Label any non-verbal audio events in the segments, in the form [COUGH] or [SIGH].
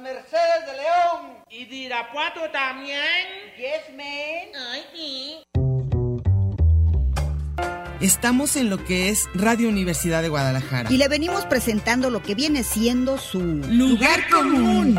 Mercedes de León. ¿Y de Irapuato también? Ah. Yes, man. Ay, sí. Estamos en lo que es Radio Universidad de Guadalajara. Y le venimos presentando lo que viene siendo su Lugar común.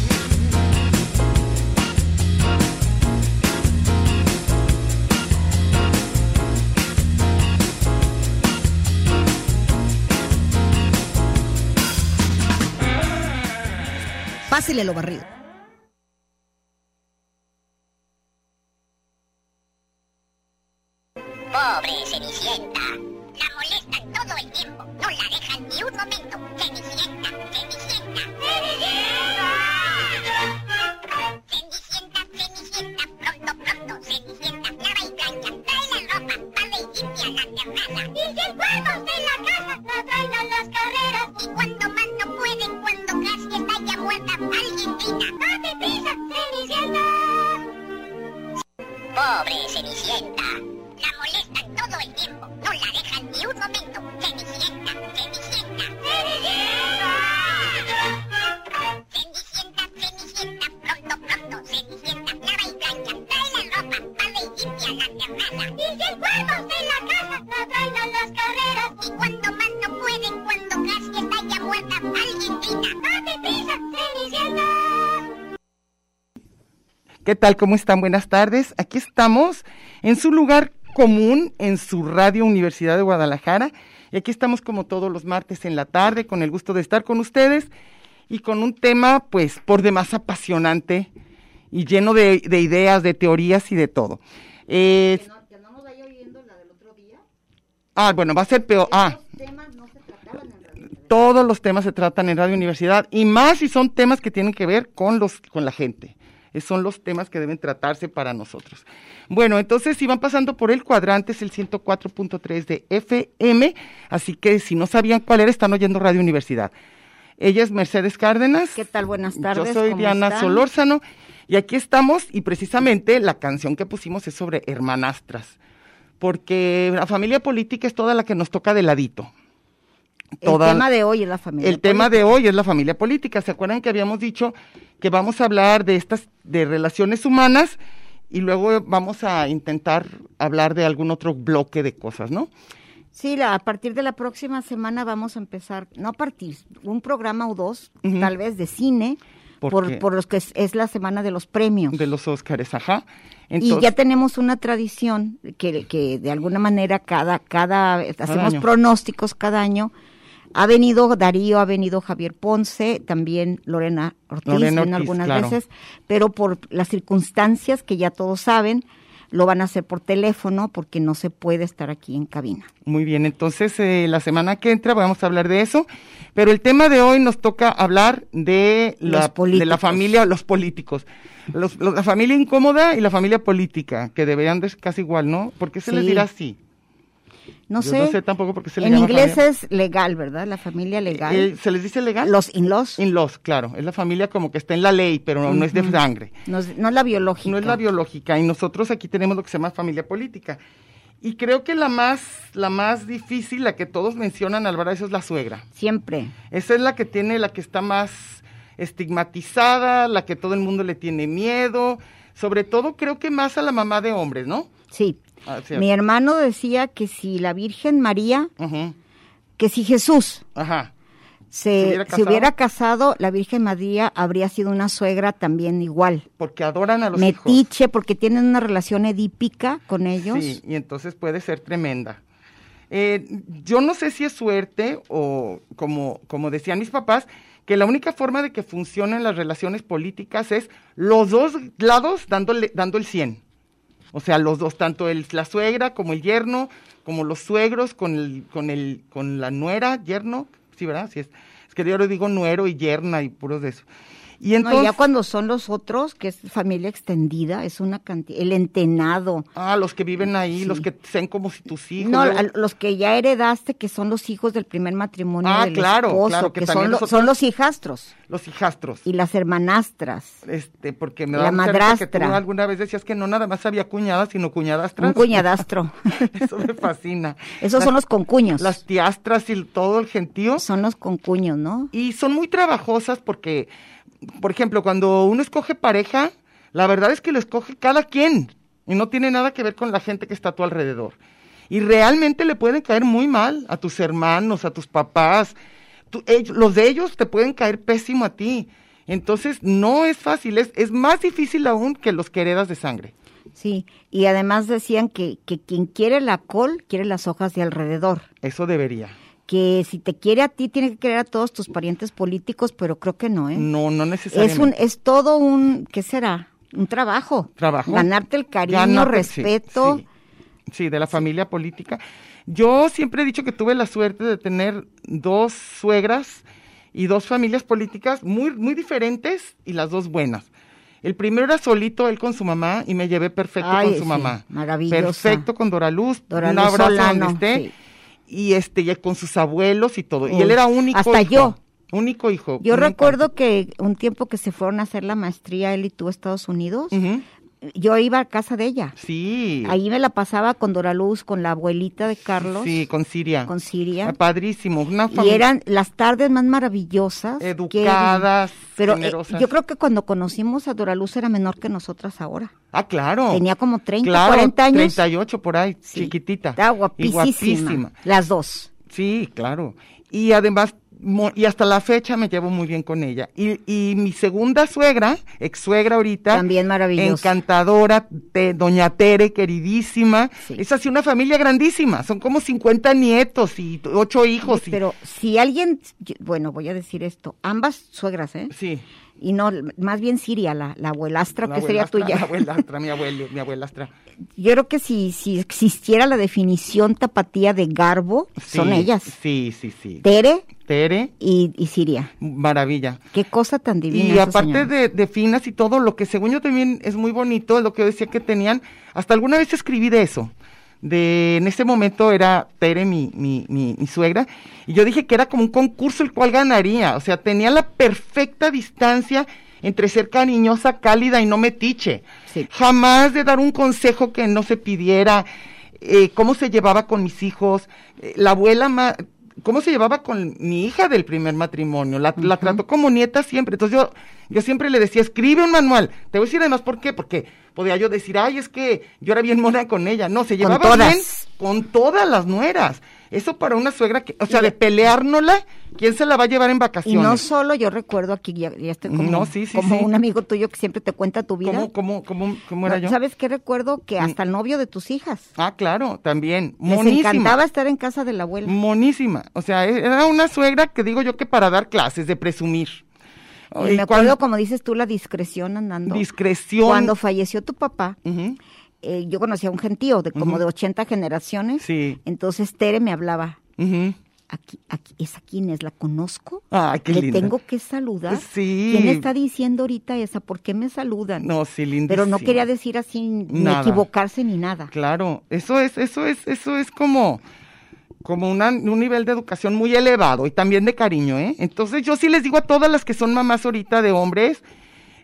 Pásele lo barrido. Pobre Cenicienta. La molestan todo el tiempo. No la dejan ni un momento. Cenicienta, Cenicienta. Cenicienta, Cenicienta. Pronto, pronto, Cenicienta. Lava y plancha. Trae la ropa. Pave y limpia la terraza. Y si podemos de la casa, la traen a las carreras. Y cuando más no pueden, cuando casi está ya muerta, alguien grita. ¡Date prisa, Cenicienta! Pobre Cenicienta. La molestan todo el tiempo. No la dejan ni un momento. Cenicienta, Cenicienta. Cenicienta, Cenicienta. Pronto, pronto, Cenicienta. Lava y plancha. Trae la ropa. Pave y limpia la terraza. Y si huevos de la casa la traen a las carreras. Y cuando más no pueden, cuando casi está ya muerta, alguien grita. ¡Date prisa, Cenicienta! ¿Qué tal? ¿Cómo están? Buenas tardes. Aquí estamos en su lugar común, en su radio Universidad de Guadalajara. Y aquí estamos como todos los martes en la tarde, con el gusto de estar con ustedes y con un tema, pues, por demás apasionante y lleno de, de ideas, de teorías y de todo. Eh, Que no nos vaya oyendo la del otro día. ah, bueno, va a ser peor. Ah, temas no se trataban en realidad. todos los temas se tratan en Radio Universidad y más si son temas que tienen que ver con los con la gente. Esos son los temas que deben tratarse para nosotros. Bueno, entonces si van pasando por el cuadrante es el 104.3 de FM, así que si no sabían cuál era, están oyendo Radio Universidad. Ella es Mercedes Cárdenas. ¿Qué tal? Buenas tardes. Yo soy ¿cómo Diana están? Solórzano y aquí estamos y precisamente la canción que pusimos es sobre hermanastras, porque la familia política es toda la que nos toca de ladito. El tema de hoy es la familia. El tema de hoy es la familia política. ¿Se acuerdan que habíamos dicho que vamos a hablar de estas de relaciones humanas y luego vamos a intentar hablar de algún otro bloque de cosas, ¿no? Sí, la- a partir de la próxima semana vamos a empezar, no a partir, un programa o dos, Ujú. tal vez de cine, ¿Por qué? por, por los que es, es la semana de los premios. De los Óscares, ajá. y ya tenemos una tradición que, que de alguna manera cada, cada, hacemos año. pronósticos cada año. Ha venido Darío, ha venido Javier Ponce, también Lorena Ortiz, Lorena Ortiz, vino algunas claro. veces, pero por las circunstancias que ya todos saben, lo van a hacer por teléfono porque no se puede estar aquí en cabina. Muy bien, entonces eh, la semana que entra vamos a hablar de eso, pero el tema de hoy nos toca hablar de la, Los políticos. de la familia, los políticos, Los- los- la familia incómoda y la familia política, que deberían de ser casi igual, ¿no? ¿Por qué se les Sí. dirá así? No Yo sé. no sé tampoco por qué se le En llama inglés familia. es legal, ¿verdad? La familia legal. Eh, ¿Se les dice legal? los in-laws. In-laws, claro. Es la familia como que está en la ley, pero no es de sangre. no, es, no es la biológica. No es la biológica. Y nosotros aquí tenemos lo que se llama familia política. Y creo que la más, la más difícil, la que todos mencionan, Alvarado, es la suegra. Siempre. Esa es la que tiene, la que está más estigmatizada, la que todo el mundo le tiene miedo. Sobre todo creo que más a la mamá de hombres, ¿no? Ah, Sí. Así es. Mi hermano decía que si la Virgen María, Ujú, que si Jesús Ajá. ¿Se se, hubiera se hubiera casado, la Virgen María habría sido una suegra también igual. Porque adoran a los hijos. Metiche, porque tienen una relación edípica con ellos. Sí, y entonces puede ser tremenda. Eh, yo no sé si es suerte o, como, como decían mis papás, que la única forma de que funcionen las relaciones políticas es los dos lados dándole, dando el 100. O sea, los dos, tanto el, la suegra como el yerno, como los suegros con, el, con, el, con la nuera, yerno, sí, ¿verdad? Sí es. Es que yo ahora digo nuero y yerna y puros de eso. Y No, entonces, ya cuando son los otros, que es familia extendida, es una cantidad, el entenado, ah, los que viven ahí, Sí. los que sean como si tus hijos. No, luego- a los que ya heredaste, que son los hijos del primer matrimonio Ah, del claro, esposo, claro, que que, también son, lo- nosotros- son los hijastros los hijastros. y las hermanastras. Este, porque me La da mucha risa que tú madrastra. alguna vez decías que no nada más había cuñadas, sino cuñadastras. Un cuñadastro. [LAUGHS] Eso me fascina. Esos son Las- los concuños. Las tiastras y todo el gentío. Son los concuños, ¿no? Y son muy trabajosas porque, por ejemplo, cuando uno escoge pareja, la verdad es que lo escoge cada quien y no tiene nada que ver con la gente que está a tu alrededor. Y realmente le pueden caer muy mal a tus hermanos, a tus papás. Tú- ellos- los de ellos te pueden caer pésimo a ti. Entonces, no es fácil, es, es más difícil aún que los que heredas de sangre. Sí. Y además decían que, que quien quiere la col, quiere las hojas de alrededor. Eso debería. ¿eh? Que si te quiere a ti, tiene que querer a todos tus parientes políticos, pero creo que no, ¿eh? No, no es un necesariamente. es todo un qué será un trabajo trabajo. ganarte el cariño Ganarte, sí, respeto Sí, Sí, de la familia política. Yo siempre he dicho que tuve la suerte de tener dos suegras y dos familias políticas muy, muy diferentes y las dos buenas. El primero era solito, él con su mamá, y me llevé perfecto Ay, con su sí, mamá. maravillosa. Perfecto con Doraluz, Dora un Luz abrazo Solano, donde esté. sí. Y este, y con sus abuelos y todo. Uy, y él era único hasta hijo. yo. Único hijo. yo único. recuerdo que un tiempo que se fueron a hacer la maestría él y tú a Estados Unidos Ujú. yo iba a casa de ella Sí. ahí me la pasaba con Doraluz con la abuelita de Carlos Sí, con Siria. con Siria. Ah, padrísimo. Una y familia. eran las tardes más maravillosas que- Educadas, pero eh, generosas. yo creo que cuando conocimos a Doraluz era menor que nosotras ahora Ah, claro. tenía como 30 claro, 40 años 38 por ahí, Sí. chiquitita. Estaba Y guapísima. Las dos. Sí, claro. Y además, mo- y hasta la fecha me llevo muy bien con ella. Y, y mi segunda suegra, ex suegra ahorita. También maravillosa. Encantadora, te- doña Tere, queridísima. Sí. Es así una familia grandísima. Son como 50 nietos y ocho hijos. y- Pero si alguien, yo- bueno, voy a decir esto, ambas suegras, ¿eh? sí. Y no, más bien Siria, la, la abuelastra la que sería abuelastra, tuya. La abuelastra, mi abuelo, mi abuelastra. [LAUGHS] Yo creo que si, si existiera la definición tapatía de garbo, Sí, [LAUGHS] son ellas. Sí, sí, sí. Tere Tere, y, y Siria. maravilla. Qué cosa tan divina. Y esas aparte señoras. de, de finas y todo, lo que según yo también es muy bonito, es lo que yo decía que tenían, hasta alguna vez escribí de eso, de en ese momento era Tere, mi, mi, mi, mi suegra, y yo dije que era como un concurso el cual ganaría, o sea, tenía la perfecta distancia entre ser cariñosa, cálida y no metiche. Sí. Jamás de dar un consejo que no se pidiera, eh, cómo se llevaba con mis hijos, eh, la abuela ma- cómo se llevaba con mi hija del primer matrimonio, la, la trató como nieta siempre. Entonces yo, yo siempre le decía, escribe un manual. Te voy a decir además por qué, porque podía yo decir, ay, es que yo era bien mona con ella. No, se llevaba todas. bien con todas las nueras. Eso para una suegra que, o sea, de peleárnosla, ¿quién se la va a llevar en Y no vacaciones? solo, yo recuerdo aquí, ya, ya estoy como, No, sí, sí, como sí. un amigo tuyo que siempre te cuenta tu vida. ¿Cómo, cómo, cómo, cómo era No, yo? Mm. ¿Sabes qué recuerdo? Que hasta el novio de tus hijas. Ah, claro, también. Les Monísima. Mm. encantaba estar en casa de la abuela. Monísima. O sea, e- era una suegra que digo yo que para dar clases, de presumir. Y me cuando- acuerdo, como dices tú, la discreción andando. Discreción. Cuando falleció tu papá, Ujú. eh, yo conocía un gentío de como Ujú. de 80 generaciones. Sí. Entonces Tere me hablaba. Ujú. Aquí, aquí, ¿Esa quién es? ¿La conozco? Ay, qué Le linda. tengo que saludar. Sí. ¿Quién está diciendo ahorita esa? ¿Por qué me saludan? No, sí, Pero no lindísima. quería decir así, ni Nada. equivocarse ni nada. Claro, eso es, eso es, eso es como, como una- un nivel de educación muy elevado y también de cariño, ¿eh? Entonces yo sí les digo a todas las que son mamás ahorita de hombres,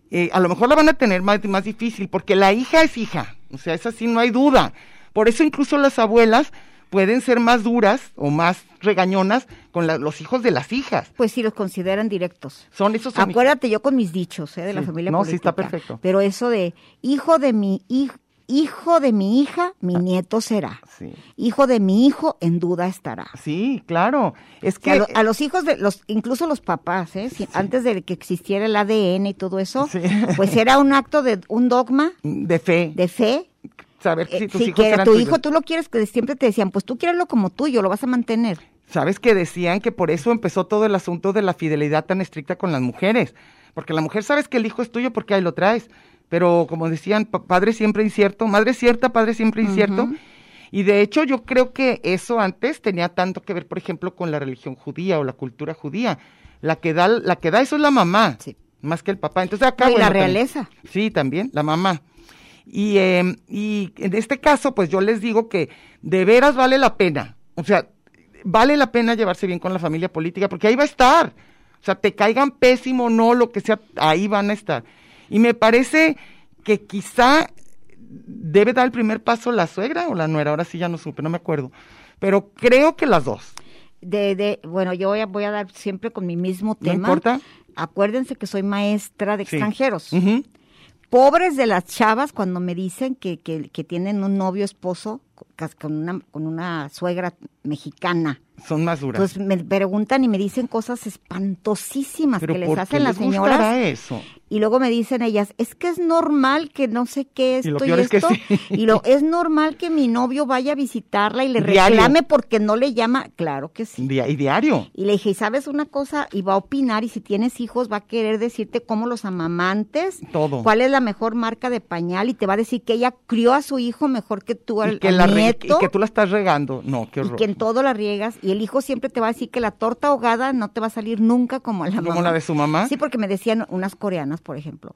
eh, a lo mejor la van a tener más, más difícil, porque la hija es hija, o sea, esa sí no hay duda. Por eso incluso las abuelas pueden ser más duras o más regañonas con la- los hijos de las hijas. Pues sí, los consideran directos. Son esos son- Acuérdate yo con mis dichos, ¿eh? De la Sí. familia No, sí, está política. perfecto. Pero eso de hijo de mi hij- hijo de mi hija, mi nieto será. Ah. Sí. Hijo de mi hijo, en duda estará. Sí, eh, claro. Es que Que a, lo- a los hijos de los, incluso los papás, ¿eh? Si- antes de que existiera el ADN y todo eso, Sí. pues era un acto de un dogma de fe, de fe. saber Eh, si tus si hijos que a eran tu tuyos. hijo tú lo quieres, que siempre te decían, pues tú quiereslo como tuyo, lo vas a mantener. ¿Sabes que decían que por eso empezó todo el asunto de la fidelidad tan estricta con las mujeres? Porque la mujer sabes que el hijo es tuyo porque ahí lo traes. Pero como decían, pa- padre siempre incierto, madre cierta, padre siempre incierto. Y de hecho yo creo que eso antes tenía tanto que ver, por ejemplo, con la religión judía o la cultura judía. La que da, la que da eso es la mamá. Sí. más que el papá. Entonces acá... No, y la también- realeza. sí, también, la mamá. Y, eh, y en este caso, pues yo les digo que de veras vale la pena. O sea, vale la pena llevarse bien con la familia política, porque ahí va a estar. O sea, te caigan pésimo o no, lo que sea, ahí van a estar. Y me parece que quizá debe dar el primer paso la suegra o la nuera, ahora sí ya no supe, no me acuerdo. Pero creo que las dos. de, de- bueno, yo voy a, voy a dar siempre con mi mismo tema. importa. Acuérdense que soy maestra de Sí. extranjeros. Ujú. Pobres de las chavas cuando me dicen que, que, que tienen un novio esposo cas- con una, con una suegra mexicana. Son más duras. Pues me preguntan y me dicen cosas espantosísimas Pero que les ¿por hacen qué las les gustará señoras. eso? Y luego me dicen ellas, es que es normal que no sé qué esto Y y, lo peor es que esto. sí. Y lo, es normal que mi novio vaya a visitarla y le Diario. reclame porque no le llama. Claro que sí. Dia- y diario. Y le dije, ¿y sabes una cosa? Y va a opinar y si tienes hijos va a querer decirte cómo los amamantes, Todo. cuál es la mejor marca de pañal y te va a decir que ella crió a su hijo mejor que tú al, y, que al la re- y nieto. que tú la estás regando. No, qué y horror. que en todo la riegas y el hijo siempre te va a decir que la torta ahogada no te va a salir nunca como la ¿Como mamá. la de su mamá? Sí, porque me decían unas coreanas, por ejemplo.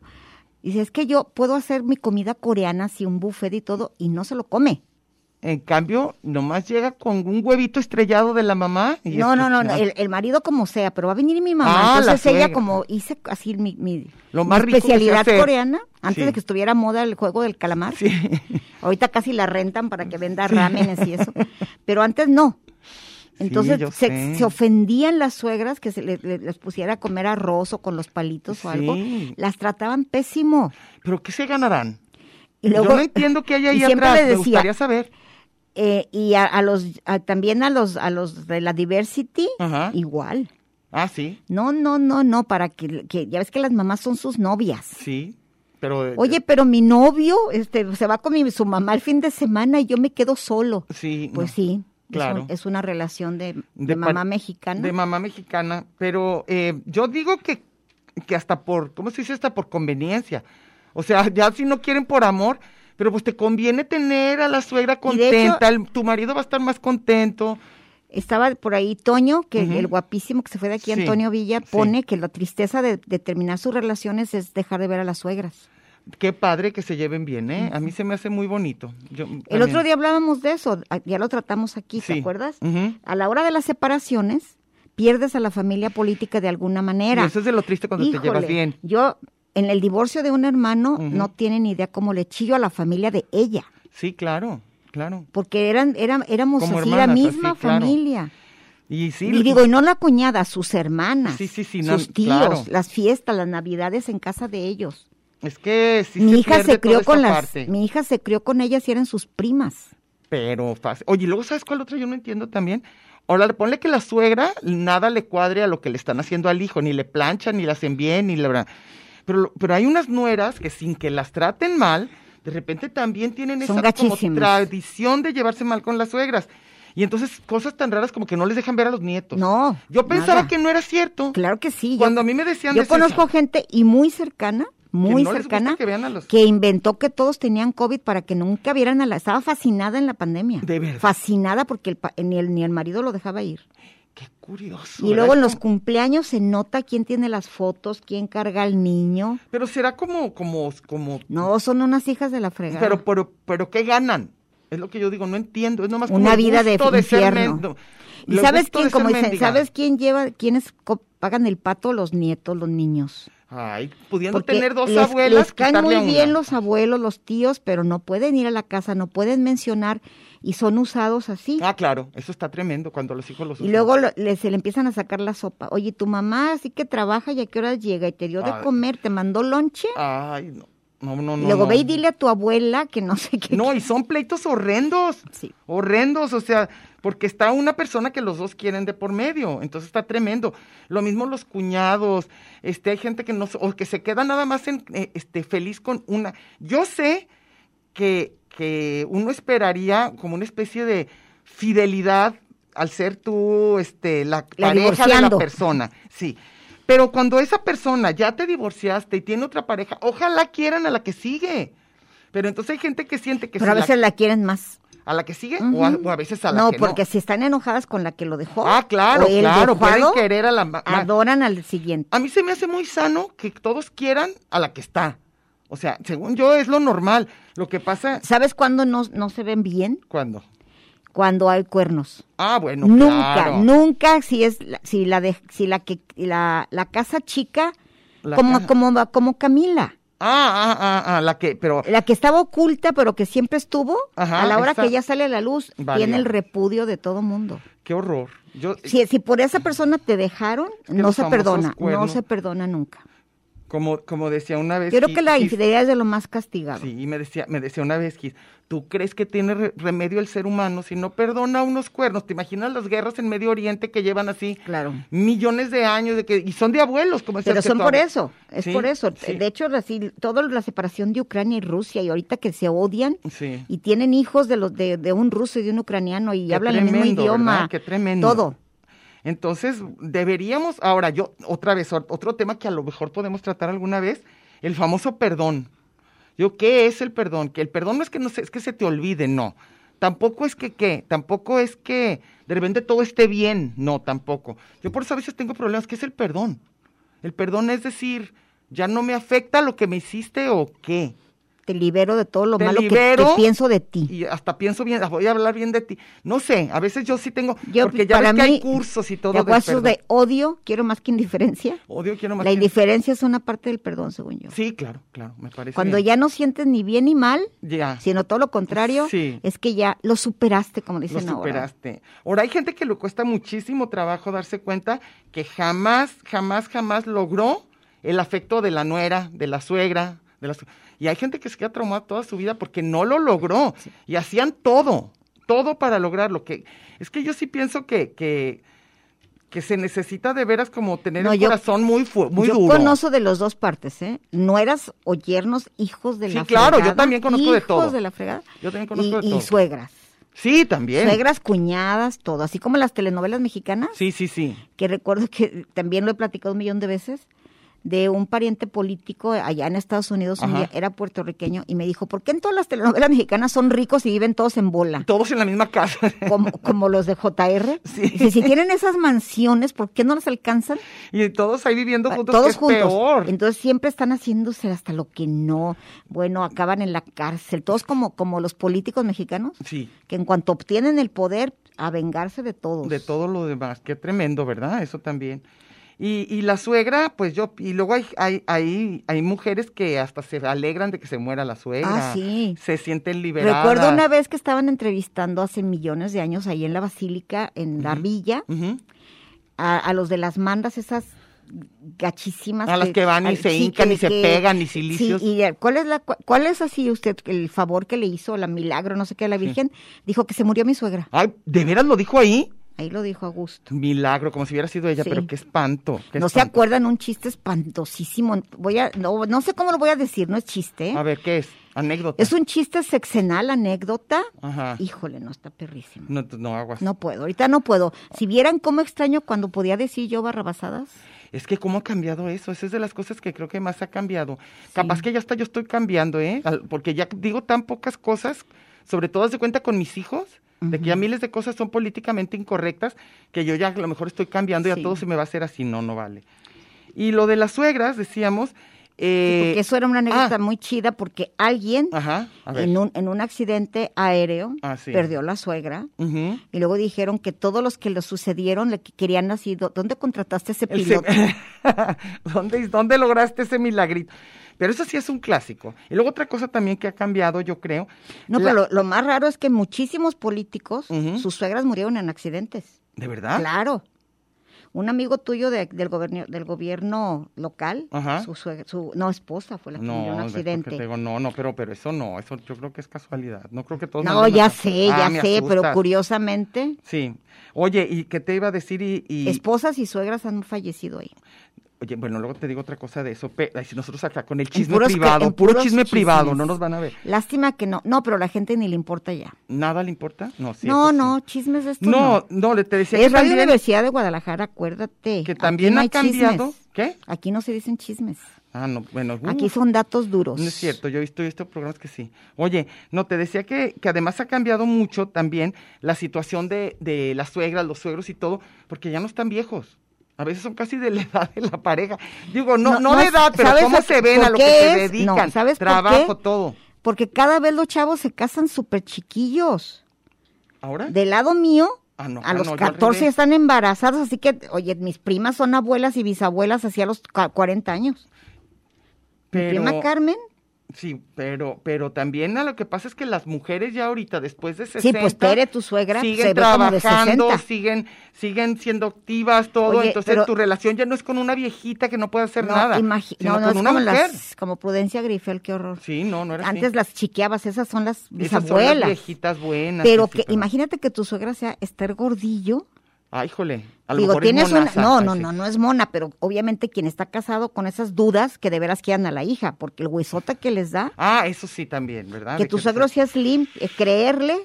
Dice, es que yo puedo hacer mi comida coreana, así un buffet y todo, y no se lo come. En cambio, nomás llega con un huevito estrellado de la mamá. Y No, es- no, no, ah, el, el marido como sea, pero va a venir mi mamá. Ah, la Entonces ella suegra. como hice así mi, mi- Lo mi más rico que sé especialidad hacer. coreana, antes Sí. de que estuviera moda el juego del calamar. Sí. Ahorita casi la rentan para que venda ramenes y eso, pero antes no. Entonces yo se, sé. se ofendían las suegras que se le- le- les pusiera a comer arroz o con los palitos o algo. Sí. Las trataban pésimo. [LAUGHS] ¿Pero qué se ganarán? Y luego, Yo no entiendo qué hay ahí [LAUGHS] y siempre atrás. le Me decía- gustaría saber. eh, y a, a los a- también a los a los de la diversity Ajá. igual. Ah, sí, No, no, no, no, para que, que- ya ves que las mamás son sus novias. sí. Pero. eh, Oye, pero mi novio este, se va con mi- su mamá el fin de semana y yo me quedo solo. Sí. no. Pues sí, es Claro. un- es, una relación de, de De par- mamá mexicana. De mamá mexicana. Pero eh, yo digo que, que hasta por, ¿cómo se dice? Hasta por conveniencia. O sea, ya si no quieren por amor, pero pues te conviene tener a la suegra Y de hecho- contenta, el- tu marido va a estar más contento. Estaba por ahí Toño, que Ujú. el guapísimo que se fue de aquí, Sí, Antonio Villa, sí. pone que la tristeza de, de terminar sus relaciones es dejar de ver a las suegras. Qué padre que se lleven bien, ¿eh? A mí se me hace muy bonito. Yo El también. otro día hablábamos de eso, a- ya lo tratamos aquí, ¿te Sí. acuerdas? Ujú. A la hora de las separaciones, pierdes a la familia política de alguna manera. Y eso es de lo triste cuando te llevas Híjole, bien. Yo, en el divorcio de un hermano, Ujú. no tienen ni idea cómo le chillo a la familia de ella, Sí, claro, claro. porque eran, eran, éramos Como así la hermanas, misma así, claro. familia. Y sí, y digo, y no la cuñada, sus hermanas, Sí, sí, sí, no, sus tíos, claro. las fiestas, las navidades en casa de ellos. es que sí mi hija pierde se crió toda con esta las, parte. mi hija se crió con ellas y eran sus primas. Pero fácil. Oye, ¿y luego sabes cuál otra yo no entiendo también. Ahora, ponle que la suegra nada le cuadre a lo que le están haciendo al hijo, ni le planchan, ni le hacen bien, ni la pero, lo- pero hay unas nueras que sin que las traten mal, de repente también tienen Son esa como gachísimas. tradición de llevarse mal con las suegras. Y entonces cosas tan raras como que no les dejan ver a los nietos. No, Yo pensaba nada. que no era cierto. Claro que sí. yo- Cuando a mí me decían Yo de César, conozco gente y muy cercana, muy no les gusta cercana, que vean a los- que inventó que todos tenían COVID para que nunca vieran a la... Estaba fascinada en la pandemia. De verdad. Fascinada porque el pa- ni, el, ni el marido lo dejaba ir. qué curioso. Y ¿verdad? luego en Es los como- cumpleaños se nota quién tiene las fotos, quién carga al niño. Pero será como como como No, son unas hijas de la fregada. pero pero pero qué ganan? Es lo que yo digo, no entiendo, es nomás como Una el vida de gusto ser infierno. men- no, y el sabes gusto quién, de ser como dicen, mendiga. ¿sabes quién lleva, quiénes co- pagan el pato? Los nietos, los niños. Ay, pudiendo Porque tener dos les- abuelas, les caen quitarle muy a una. bien los abuelos, los tíos, pero no pueden ir a la casa, no pueden mencionar y son usados así. Ah, claro, eso está tremendo cuando los hijos los y usan. luego lo- le- se le empiezan a sacar la sopa. Oye, tu mamá así que trabaja y a qué horas llega y te dio de Ay. comer, te mandó lonche. Ay, no. No, Ah, no, y no. luego no. ve y dile a tu abuela que no [LAUGHS] sé qué. No, y son pleitos horrendos. Sí. Horrendos, o sea, porque está una persona que los dos quieren de por medio, entonces está tremendo. Lo mismo los cuñados, este, hay gente que no, se- o que se queda nada más en, eh, este, feliz con una. Yo sé que, que uno esperaría como una especie de fidelidad al ser tú, este, la, La pareja de la divorciando. persona, sí. Pero cuando esa persona ya te divorciaste y tiene otra pareja, ojalá quieran a la que sigue. Pero entonces hay gente que siente que pero a si la- veces la quieren más. a la que sigue o, a, o a veces a la no, que porque si están enojadas con la que lo dejó. Ah, claro, o el claro, dejado, pueden querer a la ma- ma- Adoran al siguiente. A mí se me hace muy sano que todos quieran a la que está. O sea, según yo es lo normal. Lo que pasa ¿Sabes cuándo no, no se ven bien? cuando Cuando hay cuernos. Ah, bueno, nunca, claro. nunca si es la- si la de, si la que la, la casa chica La como ca- como como Camila. Ah, ah, ah, ah, la que, pero La que estaba oculta, pero que siempre estuvo, Ajá, a la hora esa- que ella sale a la luz, Valió. tiene el repudio de todo mundo. qué horror. Yo Si, si por esa persona te dejaron, Eh, que no los se famosos perdona, no cuernos- se perdona nunca. como como decía una vez Yo creo Gis- que la Gis- infidelidad es de lo más castigado. Sí, y me decía, me decía una vez Gis, ¿tú crees que tiene re- remedio el ser humano si no perdona unos cuernos? ¿Te imaginas las guerras en Medio Oriente que llevan así Claro. millones de años de que y son de abuelos, como decías Pero que son tu por abu- eso, es Sí, por eso. sí. De hecho, así, toda la separación de Ucrania y Rusia, y ahorita que se odian Sí. y tienen hijos de los de, de un ruso y de un ucraniano y Qué hablan el mismo tremendo, idioma. ¿verdad? Qué tremendo. Todo. Entonces, deberíamos, ahora yo, otra vez, ot- otro tema que a lo mejor podemos tratar alguna vez, el famoso perdón. Yo, ¿qué es el perdón? Que el perdón no es que, no se, es que se te olvide, no. Tampoco es que qué, tampoco es que de repente todo esté bien, no, tampoco. Yo por eso a veces tengo problemas, ¿qué es el perdón? El perdón es decir, ya no me afecta lo que me hiciste o qué. Te libero de todo lo Te malo que- que, libero pienso de ti. Y hasta pienso bien, ah, voy a hablar bien de ti. No sé, a veces yo sí tengo, Yo, porque ya para ves que mí, hay cursos y todo. de del guasos perdón. de odio, quiero más que indiferencia. Odio, quiero más La que- indiferencia es una parte del perdón, según yo. Sí, claro, claro, me parece. Cuando ya no sientes ni bien ni mal, Ya. sino todo lo contrario, Sí. es que ya lo superaste, como lo dicen ahora. superaste. Ahora hay gente que le cuesta muchísimo trabajo darse cuenta que jamás, jamás, jamás logró el afecto de la nuera, de la suegra, de la su- y hay gente que se queda traumada toda su vida porque no lo logró y hacían todo, todo para lograrlo. Que es que yo sí pienso que que, que se necesita de veras como tener No, un yo- corazón muy fu- muy yo duro. conozco de las dos partes, ¿eh? Nueras o yernos, hijos de Sí, la claro, yo fregada, también conozco de todo. Hijos de la fregada. Yo también conozco y, de y todo. suegras. Sí, también. Suegras, cuñadas, todo. Así como las telenovelas mexicanas, Sí, sí, sí. que recuerdo que también lo he platicado un millón de veces, de un pariente político allá en Estados Unidos, un Ajá. día, era puertorriqueño, y me dijo, ¿por qué en todas las telenovelas mexicanas son ricos y viven todos en bola? Todos en la misma casa. [LAUGHS] Como, como los de JR. Sí. Dice, si tienen esas mansiones, ¿por qué no las alcanzan? Y todos ahí viviendo Pa- juntos, que Ah, todos es juntos. peor. Entonces siempre están haciéndose hasta lo que no. Bueno, acaban en la cárcel. Todos como, como los políticos mexicanos, Sí, que en cuanto obtienen el poder, a vengarse de todos. de todo lo demás. Qué tremendo, ¿verdad? Eso también. Y, y la suegra, pues yo, y luego hay, hay, hay, hay mujeres que hasta se alegran de que se muera la suegra. Ah, sí. Se sienten liberadas. Recuerdo una vez que estaban entrevistando hace millones de años ahí en la basílica, en la villa, Ujú. a, a los de las mandas, esas gachísimas. A las que van y se hincan y se pegan y silicios. Sí, y eh, ¿cuál es, la, cu- ¿cuál es así usted el favor que le hizo, la milagro, no sé qué, a la Virgen? Dijo que se murió mi suegra. Ay, ¿de veras lo dijo ahí? Ahí lo dijo Augusto. Milagro, como si hubiera sido ella, Sí. pero qué espanto. qué No se espanto. acuerdan un chiste espantosísimo. Voy a, no, no sé cómo lo voy a decir, no es chiste. ¿eh? A ver, ¿qué es? Anécdota. Es un chiste sexenal, anécdota. Ajá. Híjole, no está perrísimo. No, no aguas. No puedo, ahorita no puedo. Si vieran cómo extraño cuando podía decir yo barrabasadas. Es que cómo ha cambiado eso, esa es de las cosas que creo que más ha cambiado. Capaz que ya hasta yo estoy cambiando, ¿eh? Al- Porque ya digo tan pocas cosas, sobre todo haz de cuenta con mis hijos, de que ya miles de cosas son políticamente incorrectas, que yo ya a lo mejor estoy cambiando y Sí. a todo se me va a hacer así, no, no vale. Y lo de las suegras, decíamos, eh, porque eso era una anécdota ah. muy chida porque alguien Ajá, a ver. en un, en un accidente aéreo Ah, sí. perdió la suegra. Ujú. Y luego dijeron que todos los que lo sucedieron le que querían así, "¿Dó- ¿dónde contrataste a ese El piloto? se- [LAUGHS] ¿Dónde, dónde lograste ese milagrito? Pero eso sí es un clásico. Y luego otra cosa también que ha cambiado, yo creo. No, la- pero lo, lo más raro es que muchísimos políticos, Ujú. Ah. sus suegras murieron en accidentes. ¿De verdad? Claro. Un amigo tuyo de- del, gobierno, del gobierno local, Ajá. su, suegra- su no esposa fue la que murió en No, un ve, porque accidente. te digo, no, no, pero, pero eso no, eso yo creo que es casualidad. No creo que todos. No, mandemos ya a- sé, Ah, ya me sé, pero asustas. curiosamente, Sí. Oye, ¿y qué te iba a decir? Y, y- esposas y suegras han fallecido ahí. Oye, bueno, luego te digo otra cosa de eso. pe- ay, si nosotros acá con el chisme puros que- privado, en puro puros chisme privado, chismes. no nos van a ver. Lástima que no, no, pero a la gente ni le importa ya. ¿Nada le importa? No, sí. no, eso sí. no, chismes de esto. No, No, no, le te decía que es Radio también- Universidad de Guadalajara, acuérdate. que aquí también no ha hay chismes. cambiado. ¿Qué? Aquí no se dicen chismes. Ah, no, bueno. uh, Aquí son datos duros. No es cierto, yo he visto, he visto programas que sí. Oye, no, te decía que, que además ha cambiado mucho también la situación de, de las suegras, los suegros y todo, porque ya no están viejos. A veces son casi de la [LAUGHS] edad de la pareja. Digo, no, no, de es- edad, pero ¿sabes cómo a- se ven, por a lo qué que se es? dedican, No, ¿sabes por qué? trabajo, todo. Porque cada vez los chavos se casan súper chiquillos. ¿Ahora? Del lado mío, Ah, no, a ah, los no, yo al 14 revés. están embarazados, así que, oye, mis primas son abuelas y bisabuelas así a los ca- 40 años. Mi prima Carmen, Sí, pero, pero también a lo que pasa es que las mujeres ya ahorita después de 60 Sí, pues, Tere, tu suegra, siguen se ve como de trabajando, 60. siguen siguen siendo activas todo, Oye, entonces pero- tu relación ya no es con una viejita que no puede hacer no, nada, imagi- sino no, no, con es una como, mujer. las, como Prudencia Grifel, qué horror. Sí, no, no era Antes así. las chiqueabas, esas son las Esas son las bisabuelas. viejitas buenas. pero sí, que, imagínate que tu suegra sea Esther Gordillo. Ay, jole, a lo Digo, mejor es tienes una. monaza, No, ay, no, sí. no, no es mona, pero obviamente quien está casado con esas dudas que de veras quieran a la hija, porque el huesota que les da, Ah, eso sí también, ¿verdad? que Ah, De tu suegro sea slim, eh, creerle.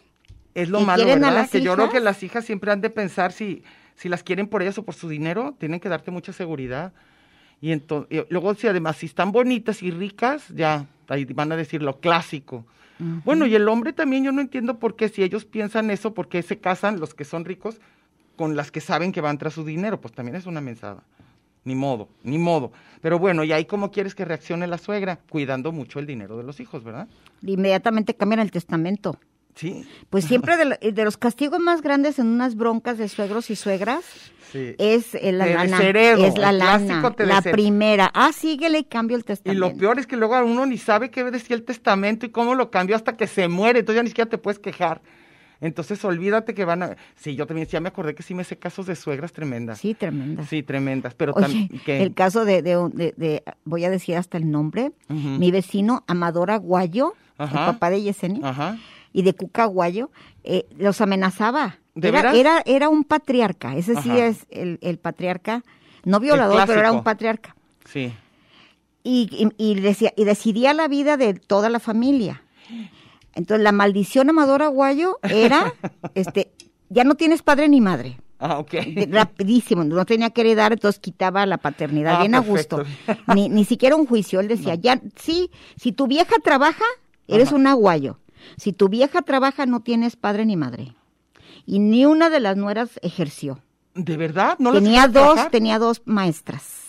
es lo que malo, quieren a ¿verdad? las que yo creo hijas. que las hijas siempre han de pensar si si las quieren por ellas o por su dinero, tienen que darte mucha seguridad. Y entonces luego si además si están bonitas y ricas, ya ahí van a decir lo clásico. Bueno, y el hombre también yo no entiendo por qué si ellos piensan eso, por qué se casan los que son ricos con las que saben que van tras su dinero, pues también es una mensada. Ni modo, ni modo. Pero bueno, y ahí cómo quieres que reaccione la suegra, cuidando mucho el dinero de los hijos, ¿verdad? Inmediatamente cambian el testamento. Sí. Pues siempre de, la- de los castigos más grandes en unas broncas de suegros y suegras Sí. es eh, la Te lana. desheredo, es la el lana. clásico te La desher- primera. Ah, síguele y cambio el Y testamento. lo peor es que luego a uno ni sabe qué decía el testamento y cómo lo cambió hasta que se muere, entonces ya ni siquiera te puedes quejar. Entonces olvídate que van a... Sí, yo también ya me acordé que sí me sé casos de suegras tremendas. Sí, tremenda. Sí, tremendas, pero Oye, también... que el caso de, de un- de- de- voy a decir hasta el nombre, Ujú. mi vecino Amador Aguayo, Ajá. Ah. el papá de Yesenia, Ajá. y de Cuca Aguayo, eh, los amenazaba. ¿De era, veras? era, era un patriarca, ese sí Ajá. es el, el patriarca, no violador, pero era clásico. un patriarca. Sí. Y, y- y decía, y decidía la vida de toda la familia. Entonces, la maldición Amador Aguayo [LAUGHS] era, este, ya no tienes padre ni madre. Ah, ok. De- rapidísimo, no tenía que heredar, entonces quitaba la paternidad Ah, bien perfecto. a gusto. Ni, ni siquiera un juicio, él decía, ya, sí, si tu vieja trabaja, eres un aguayo. Si tu vieja trabaja, no tienes padre ni madre. Y ni una de las nueras ejerció. ¿De verdad? ¿No las tenía dejas dos, trabajar? tenía dos maestras.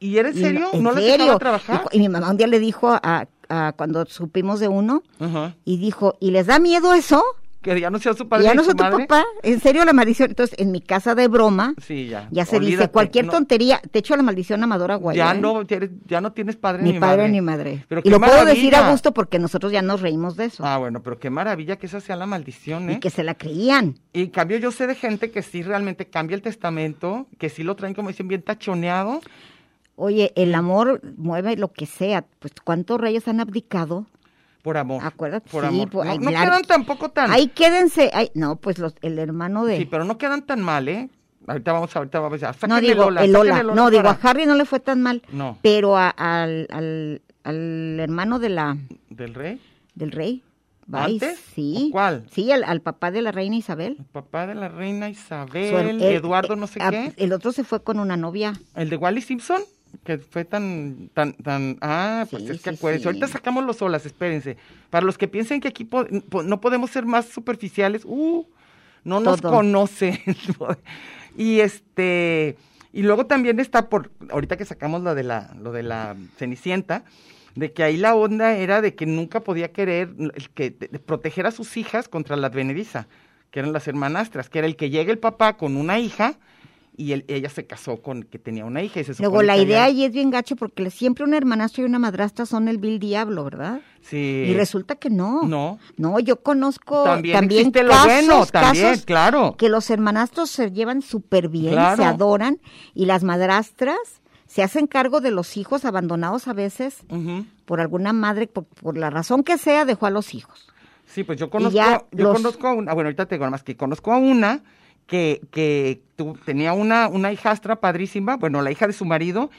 ¿Y era en Y serio? en ¿No las serio. dejaba Y trabajar? cu- Y, mi mamá un día le dijo, a, a- cuando supimos de uno, Ajá. y dijo, ¿y les da miedo eso? Que ya no sea su padre ya ni no su soy tu madre. papá, en serio la maldición. Entonces, en mi casa de broma, Sí, ya. ya se dice Olvídate, cualquier no, tontería, te echo la maldición amadora guay. Ya ¿eh? no, tienes- ya no tienes padre ni, ni, padre madre. ni madre. Pero y qué lo puedo decir a maravilla. gusto porque nosotros ya nos reímos de eso Ah, bueno, pero qué maravilla que esa sea la maldición, ¿eh? y que se la creían. Y en cambio yo sé de gente que sí realmente cambia el testamento, que sí lo traen como dicen bien tachoneado. Oye, el amor mueve lo que sea, pues cuántos reyes han abdicado. Por amor. Acuérdate, Por sí, amor. por- no ay, no la- quedan tampoco tan. Ahí quédense, ay, no, pues los- el hermano de Sí, pero no quedan tan mal, ¿eh? Ahorita vamos, ahorita vamos. Ya. No Sáquenle digo Lola, el sáquenle Lola, Lola no digo a para- Harry no le fue tan mal, No. pero a- al, al, al hermano de la ¿Del rey? del rey, Vice, ¿Antes? sí. ¿O cuál? Sí, al, al papá de la reina Isabel. El papá de la reina Su her- Isabel, el- Eduardo no sé a- qué. El otro se fue con una novia. El de Wally Simpson, que fue tan, tan, tan, ah, pues Sí, es que sí, acuérdense, sí. ahorita sacamos los olas, espérense. Para los que piensen que aquí po- po- no podemos ser más superficiales, uh, no nos Todo. conocen. [LAUGHS] y este, y luego también está por, ahorita que sacamos lo de la, lo de la Cenicienta, de que ahí la onda era de que nunca podía querer mm, el que de- de proteger a sus hijas contra la advenediza, que eran las hermanastras, que era el que llega el papá con una hija y él- ella se casó con que tenía una hija y se Luego supone la que idea había- ahí es bien gacho porque le- siempre un hermanastro y una madrastra son el vil diablo, ¿verdad? Sí. Y resulta que no. No. No, yo conozco También también, existe lo casos, bueno, también, casos claro. que los hermanastros se llevan súper bien, Claro. se adoran y las madrastras se hacen cargo de los hijos abandonados a veces Ujú. por alguna madre, por, por la razón que sea, dejó a los hijos. Sí, pues yo conozco, ya yo los- conozco a una, bueno, ahorita te digo nada más que conozco a una que, que tu- tenía una, una hijastra padrísima, bueno, la hija de su marido,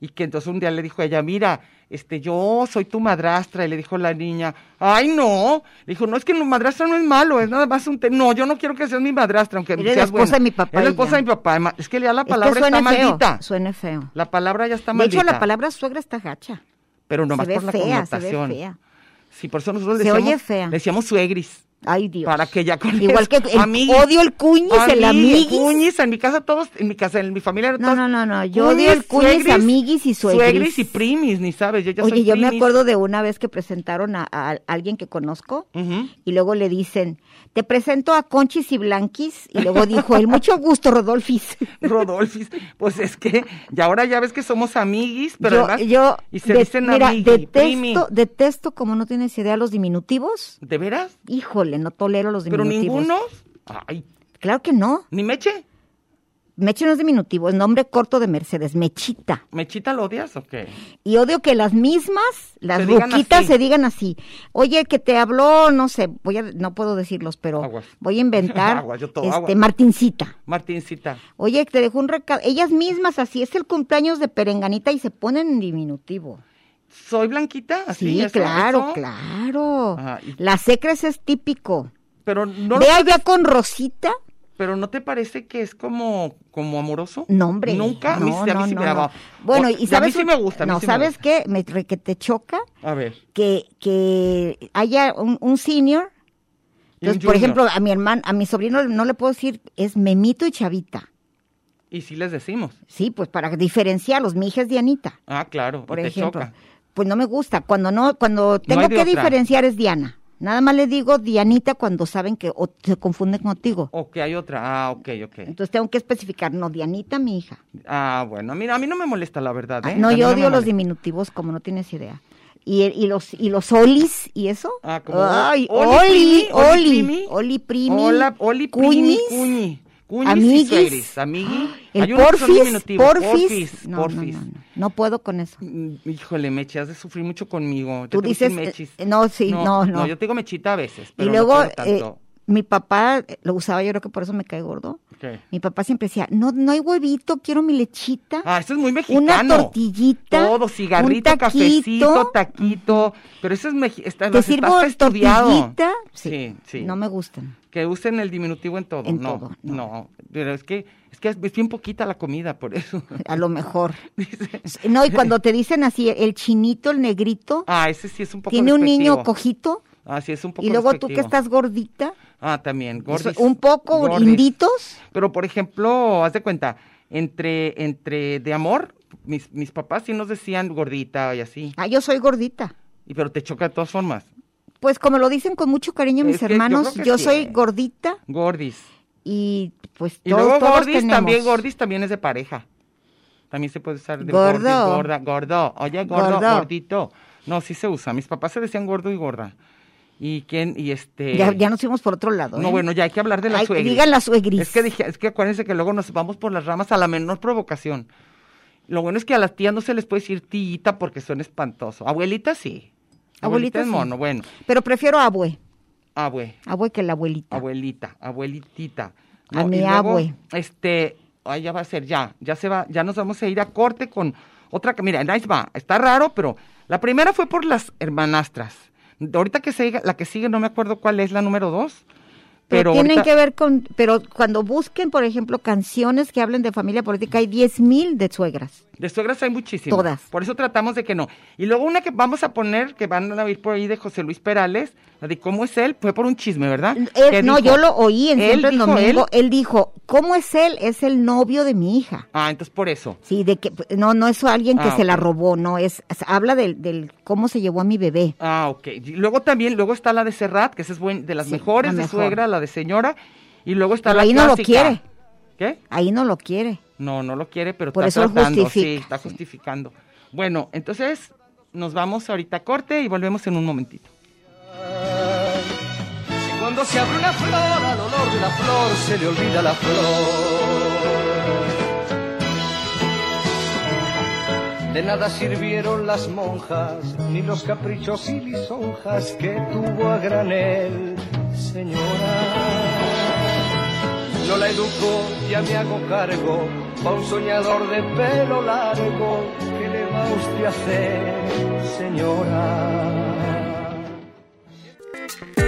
Y que entonces un día le dijo a ella, mira, este, yo soy tu madrastra. Y le dijo la niña, ay, no. Le dijo, no, es que mi madrastra no es malo, es nada más un... te- no, yo no quiero que seas mi madrastra, aunque Eres la seas esposa buena. de mi papá Es la y esposa ya. de mi papá. Además, Es que ya la Es que palabra está suena feo, maldita. Suena feo. La palabra ya está de maldita. hecho, la palabra suegra está gacha. Pero nomás se ve por la fea, se ve connotación. fea. Sí, por eso nosotros Se le decíamos, oye fea. le decíamos suegris. Ay, Dios. Para que ya con Igual eso- que el, amiguis. odio el cuñis, el Amiguis, amiguis. cuñis, en mi casa todos, en mi casa, en mi familia eran No, todos no, no, no, yo odio el cuñis, amiguis y suegris. y primis, ni sabes, yo ya Oye, soy yo me primis. acuerdo de una vez que presentaron a, a alguien que conozco Ujú. y luego le dicen, te presento a Conchis y Blanquis y luego dijo, el mucho gusto, Rodolfis. [LAUGHS] Rodolfis, pues es que, y ahora ya ves que somos amiguis, [LAUGHS] pero yo, además, yo y se de- dicen mira, amigui, primi. detesto, detesto como no tienes idea los diminutivos. ¿De veras? Híjole, no tolero los ¿Pero diminutivos. ninguno? Ay, Claro que no. ¿ni Meche? Meche no es diminutivo, es nombre corto de Mercedes, Mechita. ¿Mechita lo odias o qué? Y odio que las mismas, las Se digan ruquitas, así. se digan así. Oye, que te habló, no sé, voy a, no puedo decirlos, pero Aguas. voy a inventar [LAUGHS] Aguas, yo todo, este, aguas. Martincita. Martincita, Oye, que te dejó un recado. Ellas mismas, así es el cumpleaños de Perenganita y se ponen en diminutivo. ¿soy blanquita? Así, Sí, eso, claro, eso. claro. Ajá, y- Las secres es típico. Pero no, lo- Ve allá con Rosita. pero no te parece que es como, como amoroso? No, hombre. Nunca, a mí, No, sí- a mí no, sí me no, daba. no. Bueno, O- y de A mí sabes. sí me gusta. a mí no, sí me ¿sabes gusta. qué? Me, re- que te choca. A ver. que, que haya un, un senior. Y un Entonces, por junior. ejemplo, a mi hermano, a mi sobrino no le puedo decir, es Memito y Chavita. Y sí les decimos. Sí, pues para diferenciarlos, mi hija es Dianita, Ah, claro. por y te ejemplo. choca. Pues no me gusta, cuando no cuando tengo hay de que otra. diferenciar es Diana. Nada más le digo Dianita cuando saben que o se confunden contigo. O que hay otra. Ah, ok, ok. Entonces tengo que especificar, no Dianita, mi hija. Ah, bueno. Mira, a mí no me molesta la verdad. Ah, ¿eh? No, A mí yo me odio los molesta. diminutivos como no tienes idea. Y, y los y los olis y eso. Ah, como Ay, oli, oli, oli, oli, primi, oli primi. Hola, Oli Primi, cuñis. Cuñi. Cuñis y amiguis. Ah, suegris. Amigui. [GASPS] El Hay unos que son porfis, diminutivos, porfis. No, no, porfis. No, no, no puedo con eso. Mm, Híjole, Mechi, has de sufrir mucho conmigo. Yo Tú te gusta dices, Mechis. eh, no, sí, no, no. yo te digo Mechita a veces, Y pero luego no quiero tanto. eh, mi papá eh, lo usaba, yo creo que por eso me cae gordo. ¿Qué? Mi papá siempre decía, no, no hay huevito, quiero mi lechita. Ah, eso es muy mexicano. Una tortillita, Todo, cigarrito, un taquito. cafecito, taquito. Pero eso es mexi- está, Te está sirvo estudiado. tortillita. Sí, Sí, sí. No me gustan. Que usen el diminutivo en todo. En no, todo, no. no. Pero es que, es que es bien poquita la comida, por eso. [LAUGHS] A lo mejor. Dice- No, y cuando te dicen así, el chinito, el negrito, ah, ese sí es un poco tiene un niño despectivo. cojito, Ah, sí, es un poco y luego tú que despectivo. estás gordita, Ah, también, gordis. un poco gordis. linditos. Pero, por ejemplo, haz de cuenta, entre, entre de amor, mis, mis papás sí nos decían gordita y así. Ah, yo soy gordita. Pues Y, pero te choca de todas formas. Mucho cariño Es a mis que yo hermanos. creo Yo, que sí, soy eh. gordita Gordis. y pues Y todos, luego todos gordis tenemos. también, gordis también es de pareja. También se puede usar de Gordo. gordis, gorda, gordo. Oye, gordo, Gordo. gordito. No, sí se usa. Mis papás se decían gordo y gorda. ¿Y quién? Y este... Ya, ya nos fuimos por otro lado. No, ¿eh? bueno, ya hay que hablar de la Ay, suegris. digan la suegris. Es que dije, es que acuérdense que luego nos vamos por las ramas a la menor provocación. Lo bueno es que a las tías no se les puede decir tita porque son espantoso. Abuelita sí. Abuelita, Abuelita es sí. mono, bueno. Pero prefiero a abue, Abue, abue que la abuelita. abuelita, abuelitita. Ah. A Y mi luego, abue. Este, ahí ya va a ser, ya, ya se va, ya nos vamos a ir a corte con otra, que- mira, nice va, está raro, pero la primera fue por las hermanastras. Ahorita que siga, la que sigue, no me acuerdo cuál es la número dos. Pero, Pero, tienen ahorita- que ver con, pero cuando busquen, por ejemplo, canciones que hablen de familia política, hay 10.000 mil de suegras. De suegras hay muchísimas. Todas. Por eso tratamos de que no. Y luego una que vamos a poner, que van a oír por ahí de José Luis Perales, la de cómo es él, fue por un chisme, ¿verdad? Él- ¿Qué no, dijo? yo lo oí en Él Siempre en dijo Domingo. él. Él? dijo, ¿cómo es él? Es el novio de mi hija. Ah, entonces por eso. Sí, de que no, no es alguien que Ah, se la ok. robó, no es, es- habla del, del cómo se llevó a mi bebé. Ah, ok. Y luego también, luego está la de Serrat, que esa es buen- de las Sí, mejores, la de mejor. suegra, la de señora. Y luego está Pero la ahí no lo clásica. quiere. ¿Qué? Ahí no lo quiere. No, no lo quiere, pero Por está eso lo tratando. sí, justifica, está sí. justificando. Bueno, entonces nos vamos ahorita a corte y volvemos en un momentito. Si cuando se abre una flor, al olor de la flor se le olvida la flor. De nada sirvieron las monjas, ni los caprichos y lisonjas que tuvo a granel, señora. No la educó, ya me hago cargo, pa' un soñador de pelo largo que le angustia sé, señora.